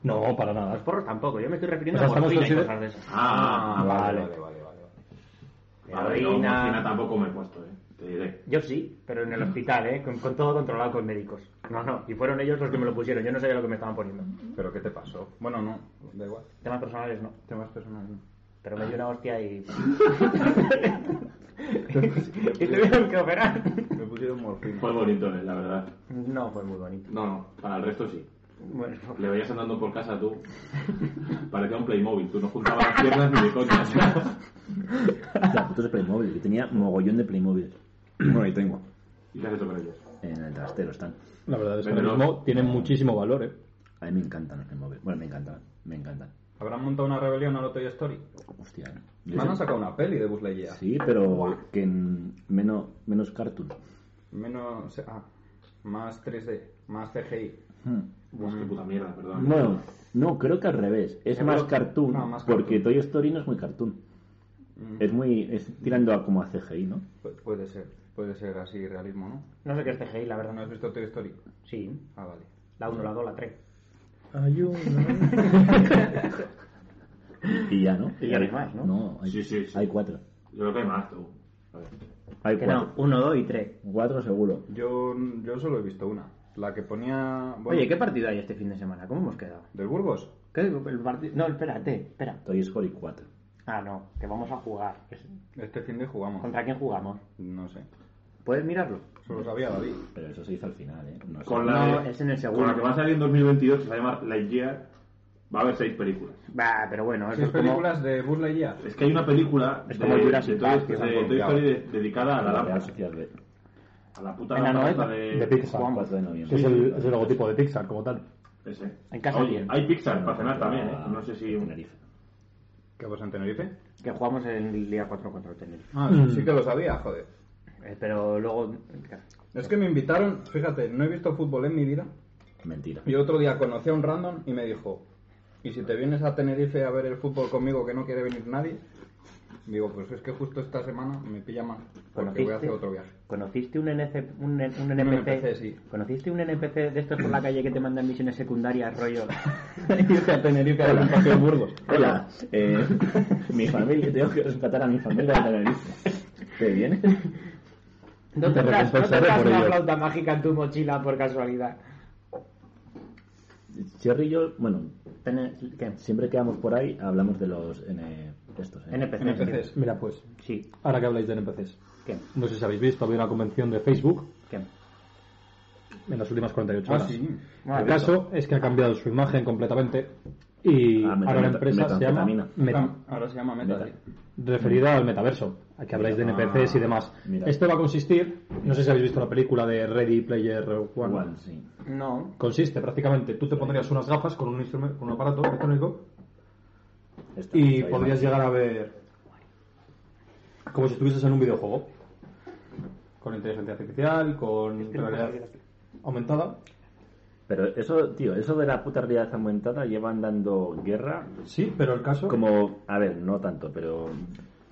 Speaker 5: No, para nada.
Speaker 3: Los porros tampoco. Yo me estoy refiriendo
Speaker 5: O sea,
Speaker 3: a
Speaker 5: estamos
Speaker 3: morfina y
Speaker 5: consider-
Speaker 3: cosas de esas.
Speaker 2: Ah,
Speaker 4: vale,
Speaker 5: vale.
Speaker 4: vale, vale, vale.
Speaker 2: A ver, no,
Speaker 3: Heroína.
Speaker 2: morfina tampoco me he puesto, eh. Te diré.
Speaker 3: Yo sí, pero en el hospital, ¿eh? Con, con todo controlado con médicos. No, no. Y fueron ellos los que me lo pusieron. Yo no sabía lo que me estaban poniendo.
Speaker 4: ¿Pero qué te pasó? Bueno, no, da igual.
Speaker 3: Temas personales no.
Speaker 4: Temas personales. no.
Speaker 3: Pero me dio una hostia y... y tuvieron que operar.
Speaker 4: Me pusieron morfina.
Speaker 2: Fue bonito, eh, la verdad.
Speaker 3: No, fue muy bonito.
Speaker 2: No, no, para el resto sí.
Speaker 3: Bueno,
Speaker 2: Le veías andando por casa tú. Parecía un Playmobil, tú no juntabas las piernas ni de coña.
Speaker 1: Las fotos de Playmobil. Yo tenía mogollón de Playmobil. Bueno, ahí tengo.
Speaker 2: ¿Y qué has hecho con ellos?
Speaker 1: En el trastero están.
Speaker 5: La verdad es que
Speaker 2: Pero
Speaker 5: ahora
Speaker 2: no-
Speaker 5: mismo tienen muchísimo valor, ¿eh?
Speaker 1: A mí me encantan los Playmobil. Bueno, me encantan. Me encantan.
Speaker 4: ¿Habrán montado una rebelión a lo Toy Story?
Speaker 1: Hostia. ¿eh? Yo
Speaker 4: Van a
Speaker 1: sé-
Speaker 4: sacar una peli de Buzz Lightyear.
Speaker 1: Sí, pero que en menos, menos cartoon.
Speaker 4: Menos... Ah, más 3D, más CGI.
Speaker 1: Hmm.
Speaker 2: Pues qué puta mierda, perdón.
Speaker 1: Bueno, no, creo que al revés. Es
Speaker 4: Seguro
Speaker 1: más
Speaker 4: que-
Speaker 1: cartoon,
Speaker 4: no, más
Speaker 1: porque
Speaker 4: cartoon.
Speaker 1: Toy Story no es muy cartoon. Es muy. Es tirando a como a CGI, ¿no?
Speaker 4: Pu- puede ser, puede ser así realismo, ¿no?
Speaker 3: no sé qué es TGI, la verdad.
Speaker 4: ¿No
Speaker 3: No.
Speaker 4: has visto Toy Story?
Speaker 3: Sí,
Speaker 4: Ah, vale.
Speaker 3: la 1, la 2, la 3.
Speaker 1: Y ya, ¿no?
Speaker 3: Y ya no hay más, ¿no?
Speaker 1: No, hay,
Speaker 2: Sí, sí, sí.
Speaker 1: hay cuatro.
Speaker 2: Yo creo que hay más, tú. A ver.
Speaker 1: Hay
Speaker 3: Que
Speaker 1: cuatro.
Speaker 3: no, 1, 2 y 3.
Speaker 1: Cuatro seguro.
Speaker 4: Yo, yo solo he visto una. La que ponía... bueno,
Speaker 3: Oye, ¿qué partido hay este fin de semana? ¿Cómo hemos quedado?
Speaker 4: ¿Del Burgos?
Speaker 3: ¿Qué? El partido? No, espérate, espera.
Speaker 1: Toy Story 4.
Speaker 3: Ah, no, que vamos a jugar. Es-
Speaker 4: Este fin de jugamos.
Speaker 3: ¿Contra quién jugamos?
Speaker 4: No sé.
Speaker 3: ¿Puedes mirarlo?
Speaker 4: Solo sabía David.
Speaker 1: Pero eso se hizo al final, ¿eh? No sé.
Speaker 2: Con la,
Speaker 3: No,
Speaker 2: de-
Speaker 3: es en el
Speaker 2: con la que
Speaker 3: segundo.
Speaker 2: va a salir en 2022, que se va a llamar Lightyear, va a haber seis películas.
Speaker 3: Bah, pero bueno, eso
Speaker 4: ¿Seis
Speaker 3: es como...
Speaker 4: películas de Buzz Lightyear?
Speaker 2: Es que hay una película
Speaker 3: Es
Speaker 2: de,
Speaker 3: como
Speaker 2: de,
Speaker 3: Jurassic Park,
Speaker 2: Toy-
Speaker 4: que
Speaker 2: de
Speaker 4: se han
Speaker 2: Toy Story
Speaker 4: colgado.
Speaker 2: de- dedicada a la
Speaker 1: Con la Real
Speaker 2: lámpara.
Speaker 1: Sociedad B.
Speaker 2: A la puta
Speaker 3: En la
Speaker 2: lámpara
Speaker 3: noveta
Speaker 2: de...
Speaker 5: De Pixar.
Speaker 1: 4 de noviembre.
Speaker 5: Que es el, es el logotipo de Pixar como tal.
Speaker 2: Ese.
Speaker 3: En casa
Speaker 2: Oye,
Speaker 3: bien.
Speaker 2: hay Pixar para
Speaker 1: cenar
Speaker 2: cenar
Speaker 5: ¿eh?
Speaker 2: también, ¿eh? No sé si...
Speaker 1: Tenerife.
Speaker 4: ¿Qué pasa en Tenerife?
Speaker 3: Que jugamos el día 4 contra el Tenerife.
Speaker 4: Ah, sí que lo sabía, joder.
Speaker 3: Eh, pero luego.
Speaker 4: Es que me invitaron, fíjate, no he visto fútbol en mi vida.
Speaker 1: Mentira.
Speaker 4: Y otro día conocí a un random y me dijo, ¿y si te vienes a Tenerife a ver el fútbol conmigo que no quiere venir nadie? Digo, pues es que justo esta semana me pilla mal, porque voy a hacer otro viaje.
Speaker 3: ¿Conociste un, NC, un, N- un NPC?
Speaker 4: NPC, sí.
Speaker 3: ¿Conociste un NPC de estos por la calle que te mandan misiones secundarias, rollo? Irte a Tenerife a la Paseo Burgos.
Speaker 1: Hola, eh, mi familia, tengo que rescatar a mi familia de Tenerife. ¿Te viene?
Speaker 6: No te traes no
Speaker 5: Te
Speaker 6: te
Speaker 5: recompensaré
Speaker 6: traes
Speaker 5: por
Speaker 6: una
Speaker 5: ello.
Speaker 6: flauta mágica en tu mochila por casualidad.
Speaker 1: Cherry y yo, bueno, siempre que vamos por ahí hablamos de los N- estos. ¿eh?
Speaker 3: NPC.
Speaker 4: NPCs.
Speaker 5: Mira, pues,
Speaker 3: Sí.
Speaker 5: ahora que habláis de NPCs,
Speaker 3: ¿Qué?
Speaker 5: no sé si habéis visto, había una convención de Facebook
Speaker 3: ¿Qué?
Speaker 5: en las últimas 48
Speaker 4: Ah,
Speaker 5: horas.
Speaker 4: sí.
Speaker 5: El caso es que ha cambiado su imagen completamente y
Speaker 1: Ah,
Speaker 5: ahora la
Speaker 1: metanfeta-
Speaker 5: empresa se llama
Speaker 1: metanfetamina.
Speaker 5: Meta,
Speaker 4: Ahora se llama Meta.
Speaker 1: Meta.
Speaker 4: sí.
Speaker 5: referida al metaverso, a que habláis de NPCs y demás.
Speaker 1: mira.
Speaker 5: Esto va a consistir, no sé si habéis visto la película de Ready Player One.
Speaker 1: Igual, sí.
Speaker 3: No.
Speaker 5: Consiste prácticamente, tú te pondrías unas gafas con un, instrumento, con un aparato electrónico
Speaker 1: Esta,
Speaker 5: y
Speaker 1: esta
Speaker 5: podrías llegar a ver como si estuvieses en un videojuego con inteligencia artificial, con realidad aumentada.
Speaker 1: Pero eso, tío, eso de la puta realidad aumentada llevan dando guerra
Speaker 5: Sí, pero el caso
Speaker 1: como, a ver, no tanto, pero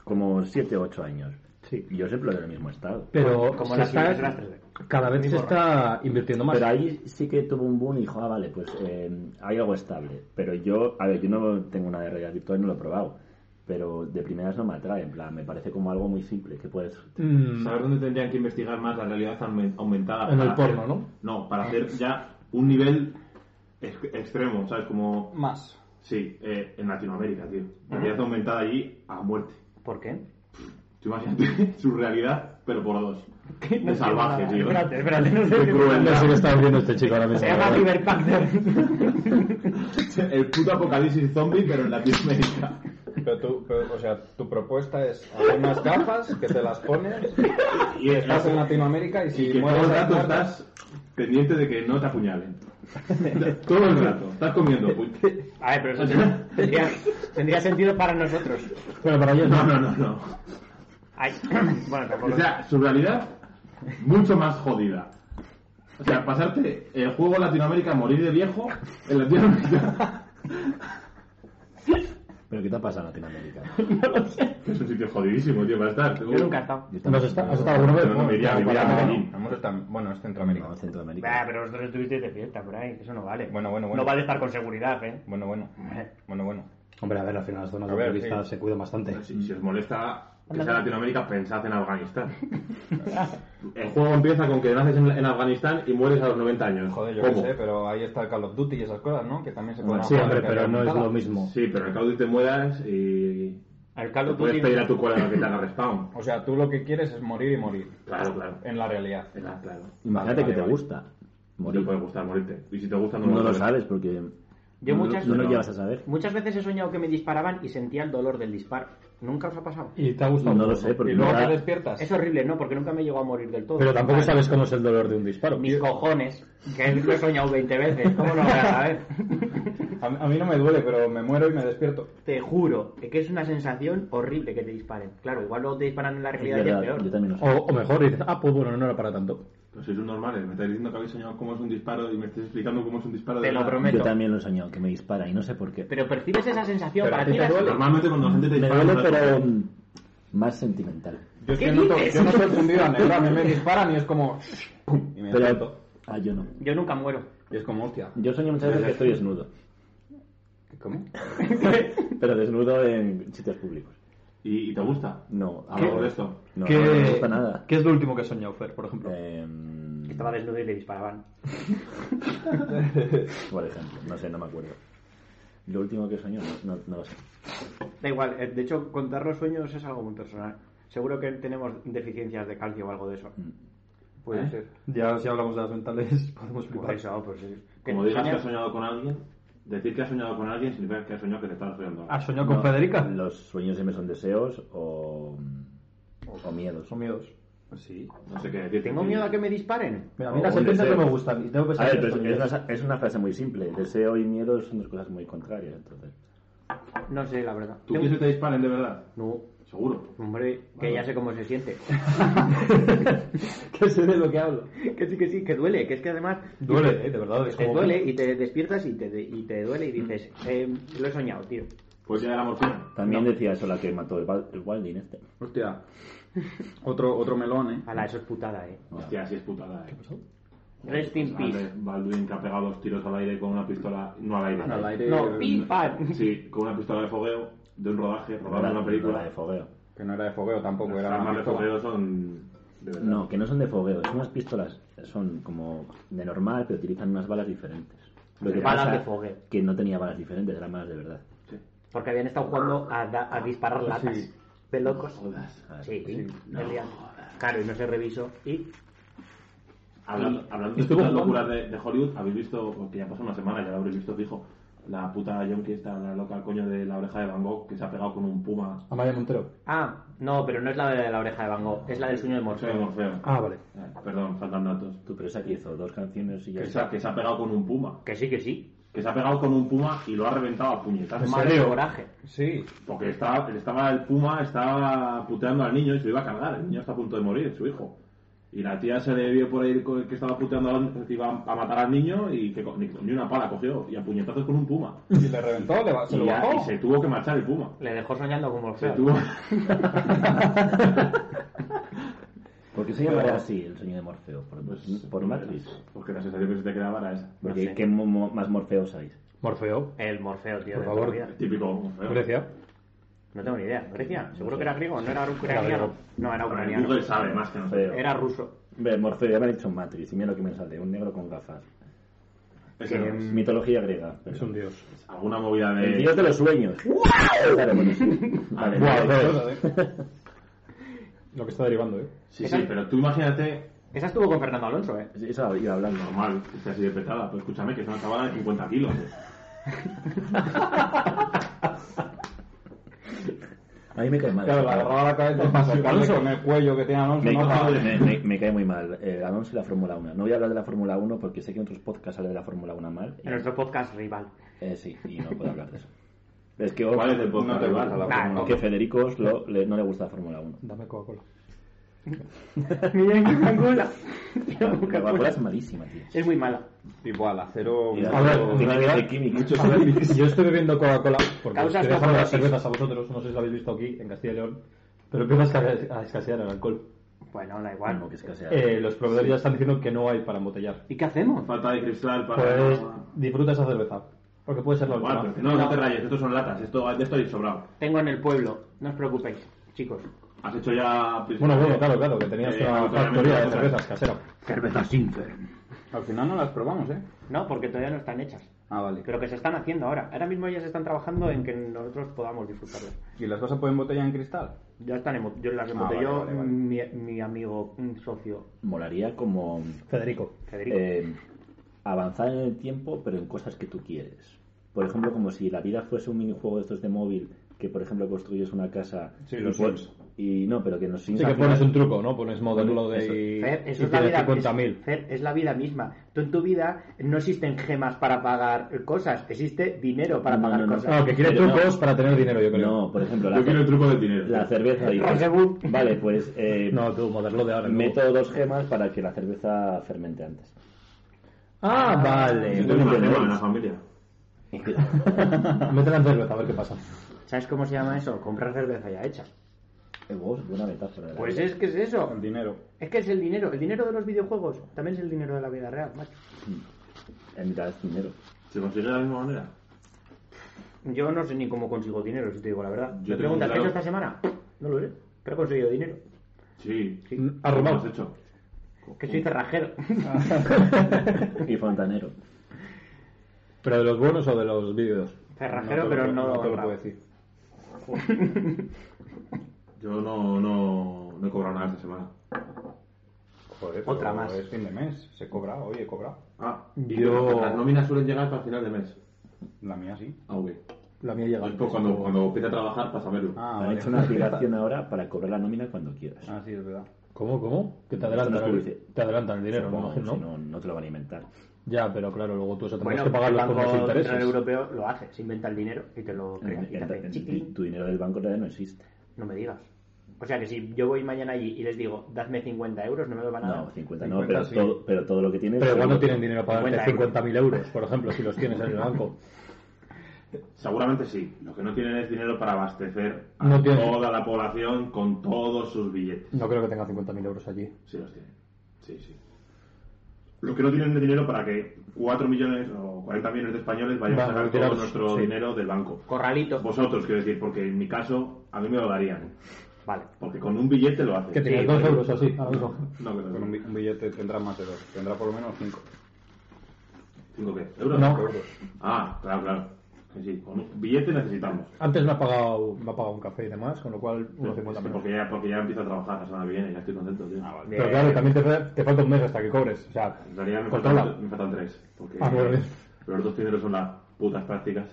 Speaker 1: como 7 o 8 años.
Speaker 5: Sí.
Speaker 1: Yo siempre lo veo en el mismo estado.
Speaker 5: pero
Speaker 3: Como
Speaker 5: se
Speaker 3: las
Speaker 5: está-
Speaker 3: imágenes de las 3D.
Speaker 5: cada vez se está invirtiendo más.
Speaker 1: Pero ahí sí que tuvo un boom y dijo, ah, vale, pues eh, hay algo estable. Pero yo, a ver, yo no tengo una de realidad virtual, no lo he probado. Pero de primeras no me atrae, en plan, me parece como algo muy simple, que puedes...
Speaker 5: Mm,
Speaker 2: Saber dónde tendrían que investigar más la realidad aumen- aumentada.
Speaker 5: En
Speaker 2: para
Speaker 5: el porno,
Speaker 2: hacer-
Speaker 5: ¿no?
Speaker 2: No, para hacer ya un nivel ex- extremo, ¿sabes? Como.
Speaker 4: Más.
Speaker 2: Sí, eh, en Latinoamérica, tío. Realidad aumentada allí a muerte.
Speaker 3: ¿Por qué?
Speaker 2: Tú imagínate su realidad, pero por dos.
Speaker 6: ¿Qué?
Speaker 2: De salvaje, tío. ¿eh?
Speaker 6: Espérate, espérate, no sé.
Speaker 2: Qué cruel.
Speaker 5: no sé qué está haciendo este chico ahora mismo.
Speaker 6: Se llama River Panther.
Speaker 2: El puto apocalipsis zombie, pero en Latinoamérica.
Speaker 4: Pero tú, pero, o sea, tu propuesta es hacer unas gafas que te las pones,
Speaker 2: Y
Speaker 4: estás en Latinoamérica y si
Speaker 2: y que todo
Speaker 4: mueres
Speaker 2: el
Speaker 4: ahí
Speaker 2: rato
Speaker 4: muerta-
Speaker 2: estás pendiente de que no te apuñalen. todo el rato. Estás comiendo. pu-
Speaker 6: A ver, pero eso tendría, tendría sentido para nosotros.
Speaker 5: Pero para ellos
Speaker 2: No,
Speaker 5: no.
Speaker 2: no, no, no.
Speaker 6: Ay, bueno, tampoco.
Speaker 2: O sea, su realidad mucho más jodida. O sea, pasarte el juego en Latinoamérica, morir de viejo en Latinoamérica.
Speaker 1: ¿Pero qué te ha pasado en Latinoamérica?
Speaker 2: Es un sitio jodidísimo, tío, para estar.
Speaker 6: Yo nunca he estado.
Speaker 1: Yo
Speaker 5: ¿Nos está- ¿Has estado alguna vez?
Speaker 2: Pero no me iría a
Speaker 5: Bueno,
Speaker 2: vivir a
Speaker 5: para-
Speaker 2: Medellín.
Speaker 4: Hemos estado- bueno, es
Speaker 1: No,
Speaker 4: Centroamérica.
Speaker 1: en Centroamérica.
Speaker 6: Bah, Ah, pero vosotros estuvisteis de fiesta por ahí, eso no vale.
Speaker 4: Bueno, bueno, bueno.
Speaker 6: No vale estar con seguridad, ¿eh?
Speaker 4: Bueno, bueno. Bueno, bueno.
Speaker 5: Hombre, a ver, al final las zonas
Speaker 4: A ver,
Speaker 5: turistas
Speaker 4: sí.
Speaker 5: se cuidan bastante.
Speaker 2: Si, si os molesta que sea Latinoamérica, pensad en Afganistán. El juego empieza con que naces en, en Afganistán y mueres a los 90 años.
Speaker 4: Joder, yo qué
Speaker 2: ¿Cómo?
Speaker 4: sé, pero ahí está el Call of Duty y esas cosas, ¿no? Que también se pueden
Speaker 5: Sí,
Speaker 4: jugar
Speaker 5: hombre,
Speaker 4: en
Speaker 5: pero no es
Speaker 4: realidad
Speaker 5: lo mismo.
Speaker 2: Sí, pero al cabo de que te mueras y...
Speaker 6: Al
Speaker 2: Te
Speaker 6: Call of
Speaker 2: puedes
Speaker 6: Duty-
Speaker 2: pedir a tu colega que te haga respawn.
Speaker 4: O sea, tú lo que quieres es morir y morir.
Speaker 2: Claro, claro.
Speaker 4: En la realidad.
Speaker 2: Claro, claro.
Speaker 1: Imagínate que
Speaker 4: Vale, vale,
Speaker 1: te
Speaker 4: vale.
Speaker 1: gusta
Speaker 2: No te
Speaker 1: morir.
Speaker 2: puede gustar morirte. Y si te gusta, no,
Speaker 1: No lo
Speaker 2: sabes.
Speaker 1: sabes porque
Speaker 6: Yo
Speaker 1: no,
Speaker 6: muchas-
Speaker 1: no lo
Speaker 6: pero-
Speaker 1: llevas a saber.
Speaker 6: Muchas veces he soñado que me disparaban y sentía el dolor del disparo. ¿Nunca os ha pasado?
Speaker 5: ¿Y te ha gustado?
Speaker 1: No lo sé, porque
Speaker 4: Y luego
Speaker 1: nunca-
Speaker 4: te despiertas.
Speaker 6: Es horrible, ¿no? Porque nunca me llegó a morir del todo.
Speaker 5: Pero tampoco
Speaker 6: Vale.
Speaker 5: sabes cómo es el dolor de un disparo.
Speaker 6: Mis cojones, que lo he soñado 20 veces. ¿Cómo no lo voy a saber?
Speaker 4: A, a mí no me duele, pero me muero y me despierto.
Speaker 6: Te juro que es una sensación horrible que te disparen. Claro, igual luego te disparan en la
Speaker 1: Es
Speaker 6: realidad y es
Speaker 1: verdad,
Speaker 6: peor.
Speaker 1: yo también lo sé.
Speaker 5: O, o mejor, dices, ah, pues bueno, no era para tanto.
Speaker 2: Pero sois Pues un normales, me estáis diciendo que habéis soñado cómo es un disparo y me estáis explicando cómo es un disparo de
Speaker 6: Te lo
Speaker 2: verdad.
Speaker 6: prometo.
Speaker 1: Yo también lo he soñado, que me dispara y no sé por qué.
Speaker 6: Pero percibes esa sensación
Speaker 4: Pero
Speaker 6: para
Speaker 4: a ti
Speaker 6: ti.
Speaker 4: te
Speaker 6: la-
Speaker 4: duele.
Speaker 2: Normalmente cuando la gente te
Speaker 1: Me
Speaker 2: dispara...
Speaker 1: duele,
Speaker 2: no la-
Speaker 1: pero mm, más sentimental.
Speaker 4: Yo es
Speaker 6: ¿Qué
Speaker 4: que no, to-
Speaker 6: dices?
Speaker 4: yo no soy fundido a negro, a mí me disparan y es como... pum, Y me
Speaker 1: Pero,
Speaker 4: despierto.
Speaker 1: ah, yo no.
Speaker 6: Yo nunca muero.
Speaker 4: Y es como, hostia.
Speaker 1: Yo sueño muchas veces que estoy desnudo,
Speaker 4: ¿Cómo?
Speaker 1: pero desnudo en sitios públicos.
Speaker 2: ¿Y, y te gusta?
Speaker 1: No,
Speaker 2: ¿Qué?
Speaker 1: ahora-
Speaker 2: Por esto.
Speaker 1: No, no me gusta nada.
Speaker 5: ¿Qué es lo último que has soñado, Fer, por ejemplo?
Speaker 1: Em,
Speaker 6: Estaba desnudo y le disparaban.
Speaker 1: por ejemplo, no sé, no me acuerdo. Lo último que soñó, no, no- no lo sé.
Speaker 6: Da igual, eh, de hecho, contar los sueños es algo muy personal. Seguro que tenemos deficiencias de calcio o algo de eso.
Speaker 4: Puede
Speaker 5: ¿Eh?
Speaker 4: ser.
Speaker 5: Ya si hablamos de las mentales, podemos
Speaker 6: Por
Speaker 5: flipar.
Speaker 6: eso, pues sí. Que
Speaker 2: Como digas que
Speaker 6: soñar-
Speaker 2: has soñado con alguien, decir que has soñado con alguien significa que has soñado que te estás soñando.
Speaker 5: ¿Has soñado con Federica?
Speaker 1: Los sueños siempre son deseos o, o miedos.
Speaker 5: Son miedos.
Speaker 2: Sí. No sé qué decir.
Speaker 6: Tengo miedo a que me disparen.
Speaker 5: Mira, a
Speaker 1: O
Speaker 5: mí las
Speaker 1: un
Speaker 5: serpientes no
Speaker 1: deseo.
Speaker 5: me gustan y tengo que
Speaker 1: A
Speaker 5: saber
Speaker 1: ver, pero
Speaker 5: que
Speaker 1: es,
Speaker 5: son
Speaker 1: es una, es una frase muy simple. Deseo y miedo son dos cosas muy contrarias, entonces.
Speaker 3: No sé, la verdad.
Speaker 2: ¿Tú
Speaker 3: Tengo-
Speaker 2: quieres que te disparen de verdad?
Speaker 3: No,
Speaker 2: Seguro.
Speaker 3: hombre, que ya sé cómo se siente.
Speaker 5: que sé de lo que hablo.
Speaker 3: que sí, que sí, que duele. Que es que además
Speaker 5: Duele, ¿eh? de verdad. Es
Speaker 3: te
Speaker 5: como
Speaker 3: duele y te despiertas y te, y te duele y dices, eh, lo he soñado, tío.
Speaker 2: Puedes llegar a morfina.
Speaker 1: También decía eso la que mató el, Val- el Waldin este.
Speaker 4: Hostia. Otro, otro melón, ¿eh?
Speaker 3: Ala, eso es putada, eh.
Speaker 2: Hostia, así es putada, eh. ¿Qué pasó?
Speaker 3: Rest in peace.
Speaker 2: Baldwin que ha pegado dos tiros al aire con una pistola. No al aire.
Speaker 4: Al aire.
Speaker 3: No, pim, pam.
Speaker 2: Sí, con una pistola de fogueo de un rodaje, rodando una
Speaker 1: La de
Speaker 2: película.
Speaker 1: fogueo.
Speaker 4: Que no era de fogueo tampoco,
Speaker 2: Las
Speaker 4: era una
Speaker 2: armas de
Speaker 4: pistola.
Speaker 2: fogueo son. De verdad.
Speaker 1: No, que no son de fogueo, son unas pistolas, son como de normal, pero utilizan unas balas diferentes. Lo que
Speaker 3: Balas
Speaker 1: pasa
Speaker 3: de fogueo.
Speaker 1: que no tenía balas diferentes, eran balas de verdad.
Speaker 2: Sí.
Speaker 3: Porque habían estado jugando a, da- a disparar latas
Speaker 4: Sí.
Speaker 3: de locos.
Speaker 2: Jodas.
Speaker 1: A ver,
Speaker 3: Sí,
Speaker 1: Ah, pues sí.
Speaker 3: me lian. Claro, y no se revisó. Y
Speaker 2: Hablando,
Speaker 3: Y-
Speaker 2: hablando de
Speaker 5: estuvo
Speaker 2: estas
Speaker 5: jugando.
Speaker 2: locuras de, de Hollywood, habéis visto, que ya pasó una semana, ya lo habréis visto fijo, la puta yonki está la loca coño de la oreja de Van Gogh que se ha pegado con un puma.
Speaker 5: Amaya Montero.
Speaker 3: Ah, no, pero no es la de la oreja de Van Gogh, es la del sueño de
Speaker 2: Morfeo,
Speaker 3: Morfeo.
Speaker 2: Morfeo.
Speaker 5: Ah, vale.
Speaker 2: Eh, perdón, faltan datos.
Speaker 1: Tú, pero esa que hizo dos canciones y ya
Speaker 2: Que se,
Speaker 1: está.
Speaker 2: ha, que se ha pegado con un puma.
Speaker 3: Que sí, que sí.
Speaker 2: Que se ha pegado con un puma y lo ha reventado a puñetazos.
Speaker 3: Madre de coraje.
Speaker 4: Sí,
Speaker 2: Porque estaba, estaba el Puma estaba puteando al niño y se lo iba a cargar. El niño está a punto de morir, su hijo. Y la tía se le vio por ahí co- que estaba puteando al- que iba a matar al niño y que co- ni, ni una pala cogió y a puñetazos con un Puma.
Speaker 4: y le reventó, le, va- se
Speaker 2: Y,
Speaker 4: lo
Speaker 2: ya-
Speaker 4: bajó.
Speaker 2: y se tuvo que marchar el Puma.
Speaker 3: Le dejó soñando con
Speaker 2: Se
Speaker 3: Morfeo.
Speaker 2: tuvo...
Speaker 1: ¿Por qué se llamará así el sueño de Morfeo? ¿Por,
Speaker 2: Pues,
Speaker 1: Pues, por Matrix?
Speaker 2: Porque la sensación que se te quedaba era esa.
Speaker 1: Porque
Speaker 3: sé.
Speaker 1: ¿qué mo- mo- más Morfeo sabéis?
Speaker 5: Morfeo.
Speaker 3: El Morfeo, tío,
Speaker 5: Por
Speaker 3: de toda
Speaker 5: favor.
Speaker 3: la vida.
Speaker 2: Típico. feo.
Speaker 5: Grecia.
Speaker 3: No tengo ni idea. Grecia, seguro que era griego, no era
Speaker 5: Era
Speaker 3: ucraniano.
Speaker 5: griego.
Speaker 3: No, era
Speaker 2: Bueno,
Speaker 3: ucraniano.
Speaker 2: Google sabe más que nosotros.
Speaker 1: Feo.
Speaker 3: Era ruso.
Speaker 1: Ve, Morfeo, ya me ha dicho Matrix, y mira lo que me sale, un negro con gafas.
Speaker 2: Ese no es.
Speaker 1: Mitología griega. pero-
Speaker 5: Es un dios.
Speaker 2: Alguna movida de...
Speaker 1: El dios de los sueños. Claro, bueno, sí. Vale,
Speaker 5: Buah,
Speaker 1: vale.
Speaker 5: cosas, ¿eh? Lo que está derivando, ¿eh?
Speaker 2: Sí, sí, pero tú imagínate
Speaker 3: Esa estuvo con Fernando Alonso, eh.
Speaker 1: Eso iba hablando.
Speaker 2: normal, que esté así de petada. Pero escúchame, que es una chavala de 50 kilos.
Speaker 1: A mí me cae mal.
Speaker 4: Claro, le agarraba la cabeza y pasó
Speaker 5: Alonso.
Speaker 4: con el cuello que tiene Alonso.
Speaker 1: Me,
Speaker 4: no,
Speaker 1: me-
Speaker 4: Para-
Speaker 1: me- me- me cae muy mal eh, Alonso y la Fórmula 1. No voy a hablar de la Fórmula 1 porque sé que en otros podcasts sale de la Fórmula 1 mal.
Speaker 3: En nuestro podcast rival.
Speaker 1: Eh, sí, y no puedo hablar de eso. Es que, oh,
Speaker 2: ¿Cuál es el podcast
Speaker 4: No te
Speaker 2: de
Speaker 4: gusta la
Speaker 2: Barça?
Speaker 3: Nah,
Speaker 4: Fórmula
Speaker 3: no.
Speaker 1: que Federico Oslo le- no le gusta la Fórmula 1.
Speaker 5: Dame Coca-Cola.
Speaker 3: Mira que Coca-Cola.
Speaker 1: La Coca-Cola es malísima, tío.
Speaker 3: Es muy mala.
Speaker 4: uno. Tipo al acero.
Speaker 1: Y la-
Speaker 5: A
Speaker 1: tiene
Speaker 5: ver,
Speaker 1: que
Speaker 5: ¿verdad?
Speaker 1: ser químico.
Speaker 5: A ver, yo estoy bebiendo Coca-Cola porque os
Speaker 3: Causas
Speaker 5: estoy dejando las
Speaker 3: parálisis.
Speaker 5: cervezas a vosotros, no sé si lo habéis visto aquí en Castilla y León, pero empieza a escase- a escasear el alcohol.
Speaker 3: Bueno, da igual.
Speaker 1: Bueno, que es que sea-
Speaker 5: Eh, los proveedores ya están diciendo que no hay para embotellar.
Speaker 3: ¿Y qué hacemos?
Speaker 2: Falta de cristal para...
Speaker 5: Pues disfruta esa cerveza, porque puede ser la
Speaker 2: Bueno,
Speaker 5: última.
Speaker 2: pero no, no te rayes, estos son latas, esto, de esto hay sobrado.
Speaker 3: Tengo en el pueblo, no os preocupéis, chicos.
Speaker 2: Has hecho ya...
Speaker 5: Bueno, bueno, claro, claro, que tenías
Speaker 2: Eh,
Speaker 5: una
Speaker 2: autonomía
Speaker 5: factoría de
Speaker 2: de
Speaker 5: cervezas casera.
Speaker 1: Cerveza Sinfer.
Speaker 4: Al final no las probamos, ¿eh?
Speaker 3: No, porque todavía no están hechas.
Speaker 4: Ah, vale.
Speaker 3: Pero que se están haciendo ahora. Ahora mismo ya se están trabajando en que nosotros podamos disfrutarlas.
Speaker 4: ¿Y las vas a poner en botella en cristal?
Speaker 3: Ya están emo- yo las
Speaker 4: Ah,
Speaker 3: embotelló
Speaker 4: vale, vale, vale.
Speaker 3: mi, mi amigo, un socio,
Speaker 1: Molaría como
Speaker 5: Federico.
Speaker 3: Federico.
Speaker 1: eh, avanzar en el tiempo, pero en cosas que tú quieres. Por ejemplo, como si la vida fuese un minijuego de estos de móvil, que por ejemplo construyes una casa.
Speaker 4: Sí,
Speaker 1: y
Speaker 4: los
Speaker 1: pon-
Speaker 4: Sims.
Speaker 1: Y no, pero que nos
Speaker 5: Sí que pones un truco, ¿no? Pones modelo de
Speaker 1: Eso.
Speaker 5: y,
Speaker 3: Fer,
Speaker 5: y
Speaker 3: eso es la
Speaker 5: tienes
Speaker 3: vida. pues. es-
Speaker 5: 50.000.
Speaker 3: Fer, es la vida misma. Tú en tu vida no existen gemas para pagar cosas, existe dinero para
Speaker 1: No, no,
Speaker 3: pagar
Speaker 1: no, no.
Speaker 5: No, Ah,
Speaker 3: cosas.
Speaker 5: que quiere
Speaker 1: Pero no.
Speaker 5: trucos para tener dinero, yo creo.
Speaker 1: No, por ejemplo, la,
Speaker 2: Yo quiero el truco del dinero.
Speaker 1: la cerveza. dices,
Speaker 3: Rosebud.
Speaker 1: vale, pues eh,
Speaker 5: No, tú, modelo de ahora. luego.
Speaker 1: meto dos gemas para que la cerveza fermente antes.
Speaker 5: Ah,
Speaker 2: Yo
Speaker 5: vale.
Speaker 1: no
Speaker 2: tengo una
Speaker 1: entendéis.
Speaker 2: gema en la familia.
Speaker 5: Mete la cerveza, a ver qué pasa.
Speaker 3: ¿Sabes cómo se llama eso? Comprar cerveza ya hecha.
Speaker 1: Eh, vos, buena metáfora. la
Speaker 3: Pues
Speaker 1: verdad.
Speaker 3: es que es eso.
Speaker 4: El dinero.
Speaker 3: Es que es el dinero. El dinero de los videojuegos también es el dinero de la vida real, macho.
Speaker 1: En mitad es dinero.
Speaker 2: ¿Se consigue de la misma manera?
Speaker 3: Yo no sé ni cómo consigo dinero, si te digo la verdad.
Speaker 2: Yo tengo
Speaker 3: ¿Me preguntas qué he
Speaker 2: claro-
Speaker 3: hecho esta semana? No lo sé. Pero he conseguido dinero.
Speaker 2: Sí.
Speaker 5: Ha
Speaker 2: ¿Cómo
Speaker 5: robado.
Speaker 2: has Pues, hecho?
Speaker 3: Que soy cerrajero.
Speaker 1: Y fontanero.
Speaker 5: ¿Pero de los buenos o de los vídeos?
Speaker 4: te lo
Speaker 3: cerrajero, pero
Speaker 4: puedo-
Speaker 3: no...
Speaker 4: te lo puedo decir.
Speaker 2: Yo no, no, no he cobrado nada esta semana.
Speaker 4: Joder,
Speaker 3: Otra
Speaker 4: pero
Speaker 3: más.
Speaker 4: Es fin de mes. Se cobra, oye, cobra.
Speaker 2: Ah,
Speaker 5: Yo-
Speaker 2: Las nóminas suelen llegar para final de mes.
Speaker 4: La mía sí.
Speaker 2: Ah, ok.
Speaker 5: La mía llega.
Speaker 2: Es por pues, cuando, cuando empiece a trabajar para saberlo.
Speaker 4: Ah,
Speaker 1: Han
Speaker 4: vale.
Speaker 1: hecho una aplicación ahora para cobrar la nómina cuando quieras.
Speaker 4: Ah, sí, es verdad.
Speaker 5: ¿Cómo, cómo? Que te
Speaker 1: Esto
Speaker 5: adelantan,
Speaker 1: no es
Speaker 5: el-
Speaker 1: publicidad.
Speaker 5: te adelantan el dinero, me
Speaker 1: Supongo,
Speaker 5: imagino,
Speaker 1: si
Speaker 5: ¿no?
Speaker 1: no, no te lo van a inventar.
Speaker 5: Ya, pero claro, luego tú eso tendrás
Speaker 3: Bueno, pues
Speaker 5: que pagar
Speaker 3: el
Speaker 5: los
Speaker 3: Banco
Speaker 5: con los
Speaker 3: Central
Speaker 5: intereses.
Speaker 3: Europeo lo hace, se inventa el dinero y te lo crea y te
Speaker 1: El-
Speaker 3: hace
Speaker 1: el-
Speaker 3: chiquilín.
Speaker 1: tu dinero del banco todavía no existe.
Speaker 3: No me digas. O sea que si yo voy mañana allí y les digo, dadme 50 euros, no me lo van a dar.
Speaker 1: No, 50 no,
Speaker 4: 50
Speaker 1: pero,
Speaker 4: sí.
Speaker 1: todo, pero todo lo que tienes.
Speaker 5: Pero igual no tienen dinero para darte
Speaker 3: 50
Speaker 5: 50.000 euros, por ejemplo, si los tienes en el banco.
Speaker 2: Seguramente sí. Lo que no tienen es dinero para abastecer a
Speaker 5: No tienen.
Speaker 2: toda la población con todos sus billetes.
Speaker 5: No creo que tenga 50.000 euros allí.
Speaker 2: Sí, los tienen. Sí, sí. Lo que no tienen de dinero para que 4 millones o 40 millones de españoles vayan
Speaker 5: Vale,
Speaker 2: a sacar
Speaker 5: retirados,
Speaker 2: todo nuestro
Speaker 5: sí.
Speaker 2: dinero del banco.
Speaker 3: Corralito.
Speaker 2: Vosotros, quiero decir, porque en mi caso, a mí me lo darían.
Speaker 3: Vale.
Speaker 2: Porque con un billete lo hacen.
Speaker 5: Que tienes
Speaker 3: Sí,
Speaker 5: 2
Speaker 3: bueno.
Speaker 5: euros así, ahora mismo.
Speaker 2: No, que
Speaker 4: Con un, bi- un billete tendrá más de dos, tendrá por lo menos cinco.
Speaker 2: ¿Cinco qué? ¿Euros?
Speaker 5: No.
Speaker 4: euros.
Speaker 2: Ah, claro, claro. Sí, sí, con un billete necesitamos.
Speaker 5: Antes me ha pagado, me ha pagado un café y demás, con lo cual unos 50
Speaker 2: Sí, porque, ya, porque ya empiezo a trabajar la semana que viene, ya estoy contento, tío. Ah, vale.
Speaker 5: Pero claro, también te, fa- te falta un mes hasta que cobres. O sea,
Speaker 2: En realidad me
Speaker 5: controla.
Speaker 2: faltan, me faltan tres. Porque
Speaker 5: Ah, bueno.
Speaker 2: los dos primeros son las putas prácticas.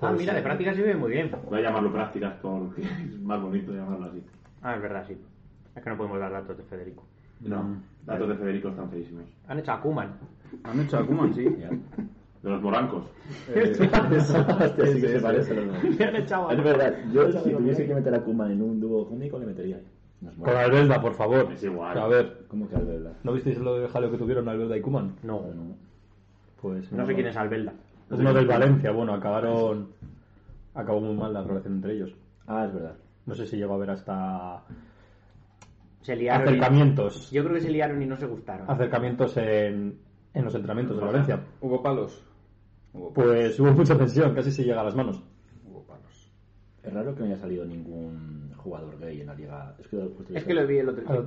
Speaker 3: ah, mira, de práctica se ve muy bien.
Speaker 2: Voy a llamarlo prácticas porque es más bonito llamarlo así.
Speaker 3: Ah, es verdad, sí. Es que no podemos dar datos de Federico.
Speaker 2: No,
Speaker 5: Mm.
Speaker 2: datos de Federico están feísimos.
Speaker 3: Han hecho a Kuman.
Speaker 4: ¿Han hecho a Kuman? Sí.
Speaker 2: De los morancos.
Speaker 4: Eh,
Speaker 1: Hostia, sí que se parece.
Speaker 3: Le han echado a
Speaker 1: Ah, Es verdad, yo si tuviese que meter a Kuma en un dúo cómico le metería ahí. Nos
Speaker 5: con
Speaker 1: mola.
Speaker 5: Albelda, por favor.
Speaker 2: Es igual.
Speaker 5: A ver,
Speaker 1: ¿Cómo que al verdad?
Speaker 5: ¿no visteis lo de jaleo que tuvieron Albelda y Kuman?
Speaker 3: No,
Speaker 1: No. Pues
Speaker 3: no sé quién es Albelda.
Speaker 5: Uno del Valencia, bueno, acabaron. Acabó muy mal la relación entre ellos.
Speaker 1: Ah, es verdad.
Speaker 5: No sé si llegó a ver hasta
Speaker 3: Se liaron. y-
Speaker 5: acercamientos.
Speaker 3: Yo creo que se liaron y no se gustaron.
Speaker 5: Acercamientos en, en los entrenamientos de Valencia.
Speaker 4: ¿Hubo palos? Hubo palos.
Speaker 5: Pues hubo mucha tensión, casi se llega a las manos.
Speaker 4: Hubo palos.
Speaker 1: Es raro que no haya salido ningún jugador gay en la liga. Es que, justo
Speaker 3: Es que lo vi el otro día.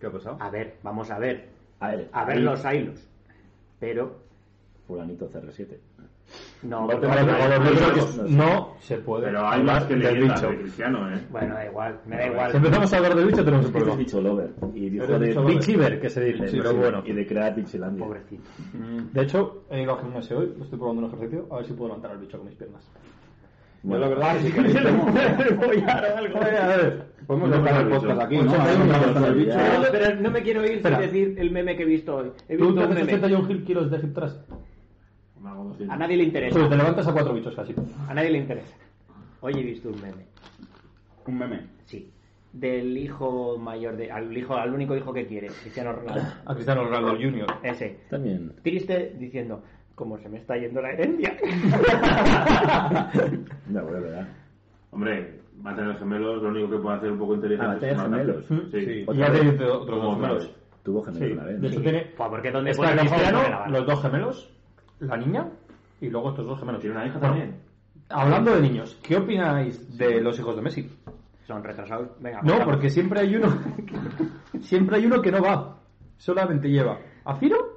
Speaker 4: ¿Qué ha pasado?
Speaker 3: A ver, vamos a ver.
Speaker 1: A ver,
Speaker 3: A ver
Speaker 1: ahí,
Speaker 3: los hilos. Pero.
Speaker 1: Fulanito CR7.
Speaker 3: No,
Speaker 5: Vale,
Speaker 3: porque-
Speaker 5: vale, vale,
Speaker 2: no,
Speaker 5: yo creo que
Speaker 2: no,
Speaker 5: es- no se puede.
Speaker 2: Pero hay
Speaker 5: hablar
Speaker 2: más que
Speaker 5: del
Speaker 2: leyendas
Speaker 5: bicho.
Speaker 2: de Cristiano, ¿eh?
Speaker 3: Bueno, da igual, me da
Speaker 5: Si
Speaker 3: igual.
Speaker 5: empezamos a hablar de bicho, tenemos un
Speaker 1: Este es
Speaker 5: problema.
Speaker 1: bicho lover. Y dijo
Speaker 5: Eres
Speaker 1: de
Speaker 5: bicho lover. Bichiver, que se dice, pero bueno.
Speaker 1: Y de crear Bichilandia.
Speaker 3: Pobrecito.
Speaker 5: De hecho, he ido al gimnasio hoy, estoy probando un ejercicio, a ver si puedo levantar al bicho con mis piernas.
Speaker 1: Bueno,
Speaker 4: Yo la verdad que si queréis,
Speaker 5: A ver, a ver.
Speaker 4: podemos dejar el podcast aquí, ¿no?
Speaker 5: 81
Speaker 4: Ahí está el
Speaker 1: kilos.
Speaker 4: bicho.
Speaker 3: Pero, pero no me quiero ir
Speaker 5: Espera.
Speaker 3: sin decir el meme que he visto hoy. He visto
Speaker 5: Tú
Speaker 3: un
Speaker 5: te haces
Speaker 3: meme.
Speaker 5: 81 kilos de hip thrust,
Speaker 2: Me hago doscientos.
Speaker 3: A nadie le interesa.
Speaker 5: pero te levantas a cuatro bichos casi.
Speaker 3: A nadie le interesa. Hoy he visto un meme.
Speaker 4: Un meme.
Speaker 3: Sí. Del hijo mayor de. Al hijo, al único hijo que quiere, Cristiano Ronaldo.
Speaker 5: A Cristiano Ronaldo Jr.
Speaker 3: Ese.
Speaker 1: También.
Speaker 3: Triste diciendo, como se me está yendo la herencia.
Speaker 1: No, bueno, verdad.
Speaker 2: Hombre, va a tener gemelos, lo único que puede hacer un poco inteligente
Speaker 1: Ah, va a
Speaker 2: es
Speaker 1: tener
Speaker 2: matar.
Speaker 1: gemelos.
Speaker 2: Sí.
Speaker 5: Sí. Y
Speaker 1: Otra
Speaker 5: ha
Speaker 1: vez.
Speaker 5: tenido otros
Speaker 2: Como
Speaker 5: dos
Speaker 2: otra
Speaker 5: gemelos.
Speaker 1: Tuvo gemelos
Speaker 5: Sí,
Speaker 1: una vez.
Speaker 5: de hecho tiene...
Speaker 3: Pues porque ¿dónde
Speaker 5: Está
Speaker 3: pone
Speaker 5: Cristiano,
Speaker 3: Cristiano, no me la
Speaker 5: los dos gemelos, la niña y luego estos dos gemelos.
Speaker 2: Tiene una hija
Speaker 5: Bueno,
Speaker 2: también.
Speaker 5: Hablando de niños, ¿qué opináis de los hijos de Messi?
Speaker 3: Son retrasados. Venga,
Speaker 5: No,
Speaker 3: cortamos.
Speaker 5: porque siempre hay uno. siempre hay uno que no va. Solamente lleva a Ciro.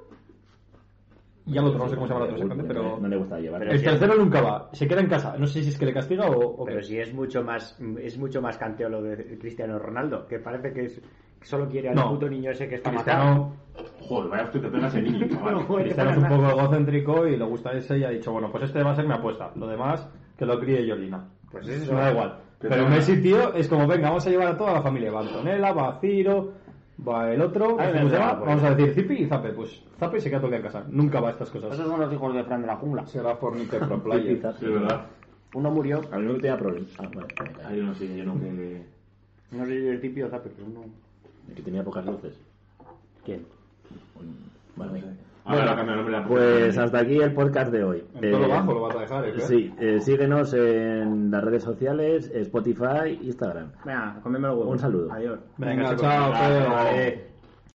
Speaker 5: Y al otro, no sé cómo se llama el otro exactamente,
Speaker 1: No le- No
Speaker 5: pero. Este
Speaker 1: le gustaba llevar.
Speaker 3: Pero
Speaker 5: El tercero nunca va. Se queda en casa. No sé si es que le castiga o. o
Speaker 3: Pero
Speaker 5: qué.
Speaker 3: si es mucho más es mucho más canteo lo de Cristiano Ronaldo, que parece que es que solo quiere al
Speaker 5: No.
Speaker 3: puto niño ese que está matado.
Speaker 5: Cristiano,
Speaker 2: Joder, vaya usted que pega ese niño, chaval.
Speaker 3: No,
Speaker 5: Cristiano es un poco egocéntrico y le gusta ese y ha dicho, bueno, pues este va a ser mi apuesta. Lo demás, que lo críe Yolina.
Speaker 3: Pues
Speaker 5: Eso me da igual.
Speaker 2: Pero
Speaker 5: Pero
Speaker 2: bueno.
Speaker 5: Messi, tío, es como, venga, vamos a llevar a toda la familia. Va Antonella, va Ciro, va el otro, no sé
Speaker 3: Ah, es
Speaker 5: cómo se
Speaker 3: verdad,
Speaker 5: llama.
Speaker 3: por
Speaker 5: vamos a decir Zipi y Zape. Pues Zape se queda todo el día en casa. Nunca va a estas cosas.
Speaker 3: Esos son los hijos de Fran de la jungla.
Speaker 4: Será Fornite Pro Player.
Speaker 1: Quizás.
Speaker 2: Sí, es verdad.
Speaker 3: Uno murió,
Speaker 1: A mí no tenía problemas. Ah, bueno, me callo.
Speaker 2: Ahí no sé, yo no que...
Speaker 3: no sé si es Tipi o Zape, pero uno.
Speaker 1: El que tenía pocas luces.
Speaker 3: ¿Quién?
Speaker 1: Bueno, venga.
Speaker 2: Ahora la cambia el nombre de la
Speaker 1: Pues hasta aquí el podcast de hoy.
Speaker 4: En todo
Speaker 1: Eh,
Speaker 4: lo bajo lo vas a dejar, ¿eh?
Speaker 1: Sí, eh, síguenos en las redes sociales, Spotify, Instagram.
Speaker 3: Venga, comeme el huevo.
Speaker 1: Un saludo.
Speaker 3: Adiós.
Speaker 5: Venga,
Speaker 4: Venga, chao,
Speaker 5: chao, Pedro.
Speaker 4: chao.
Speaker 5: Vale.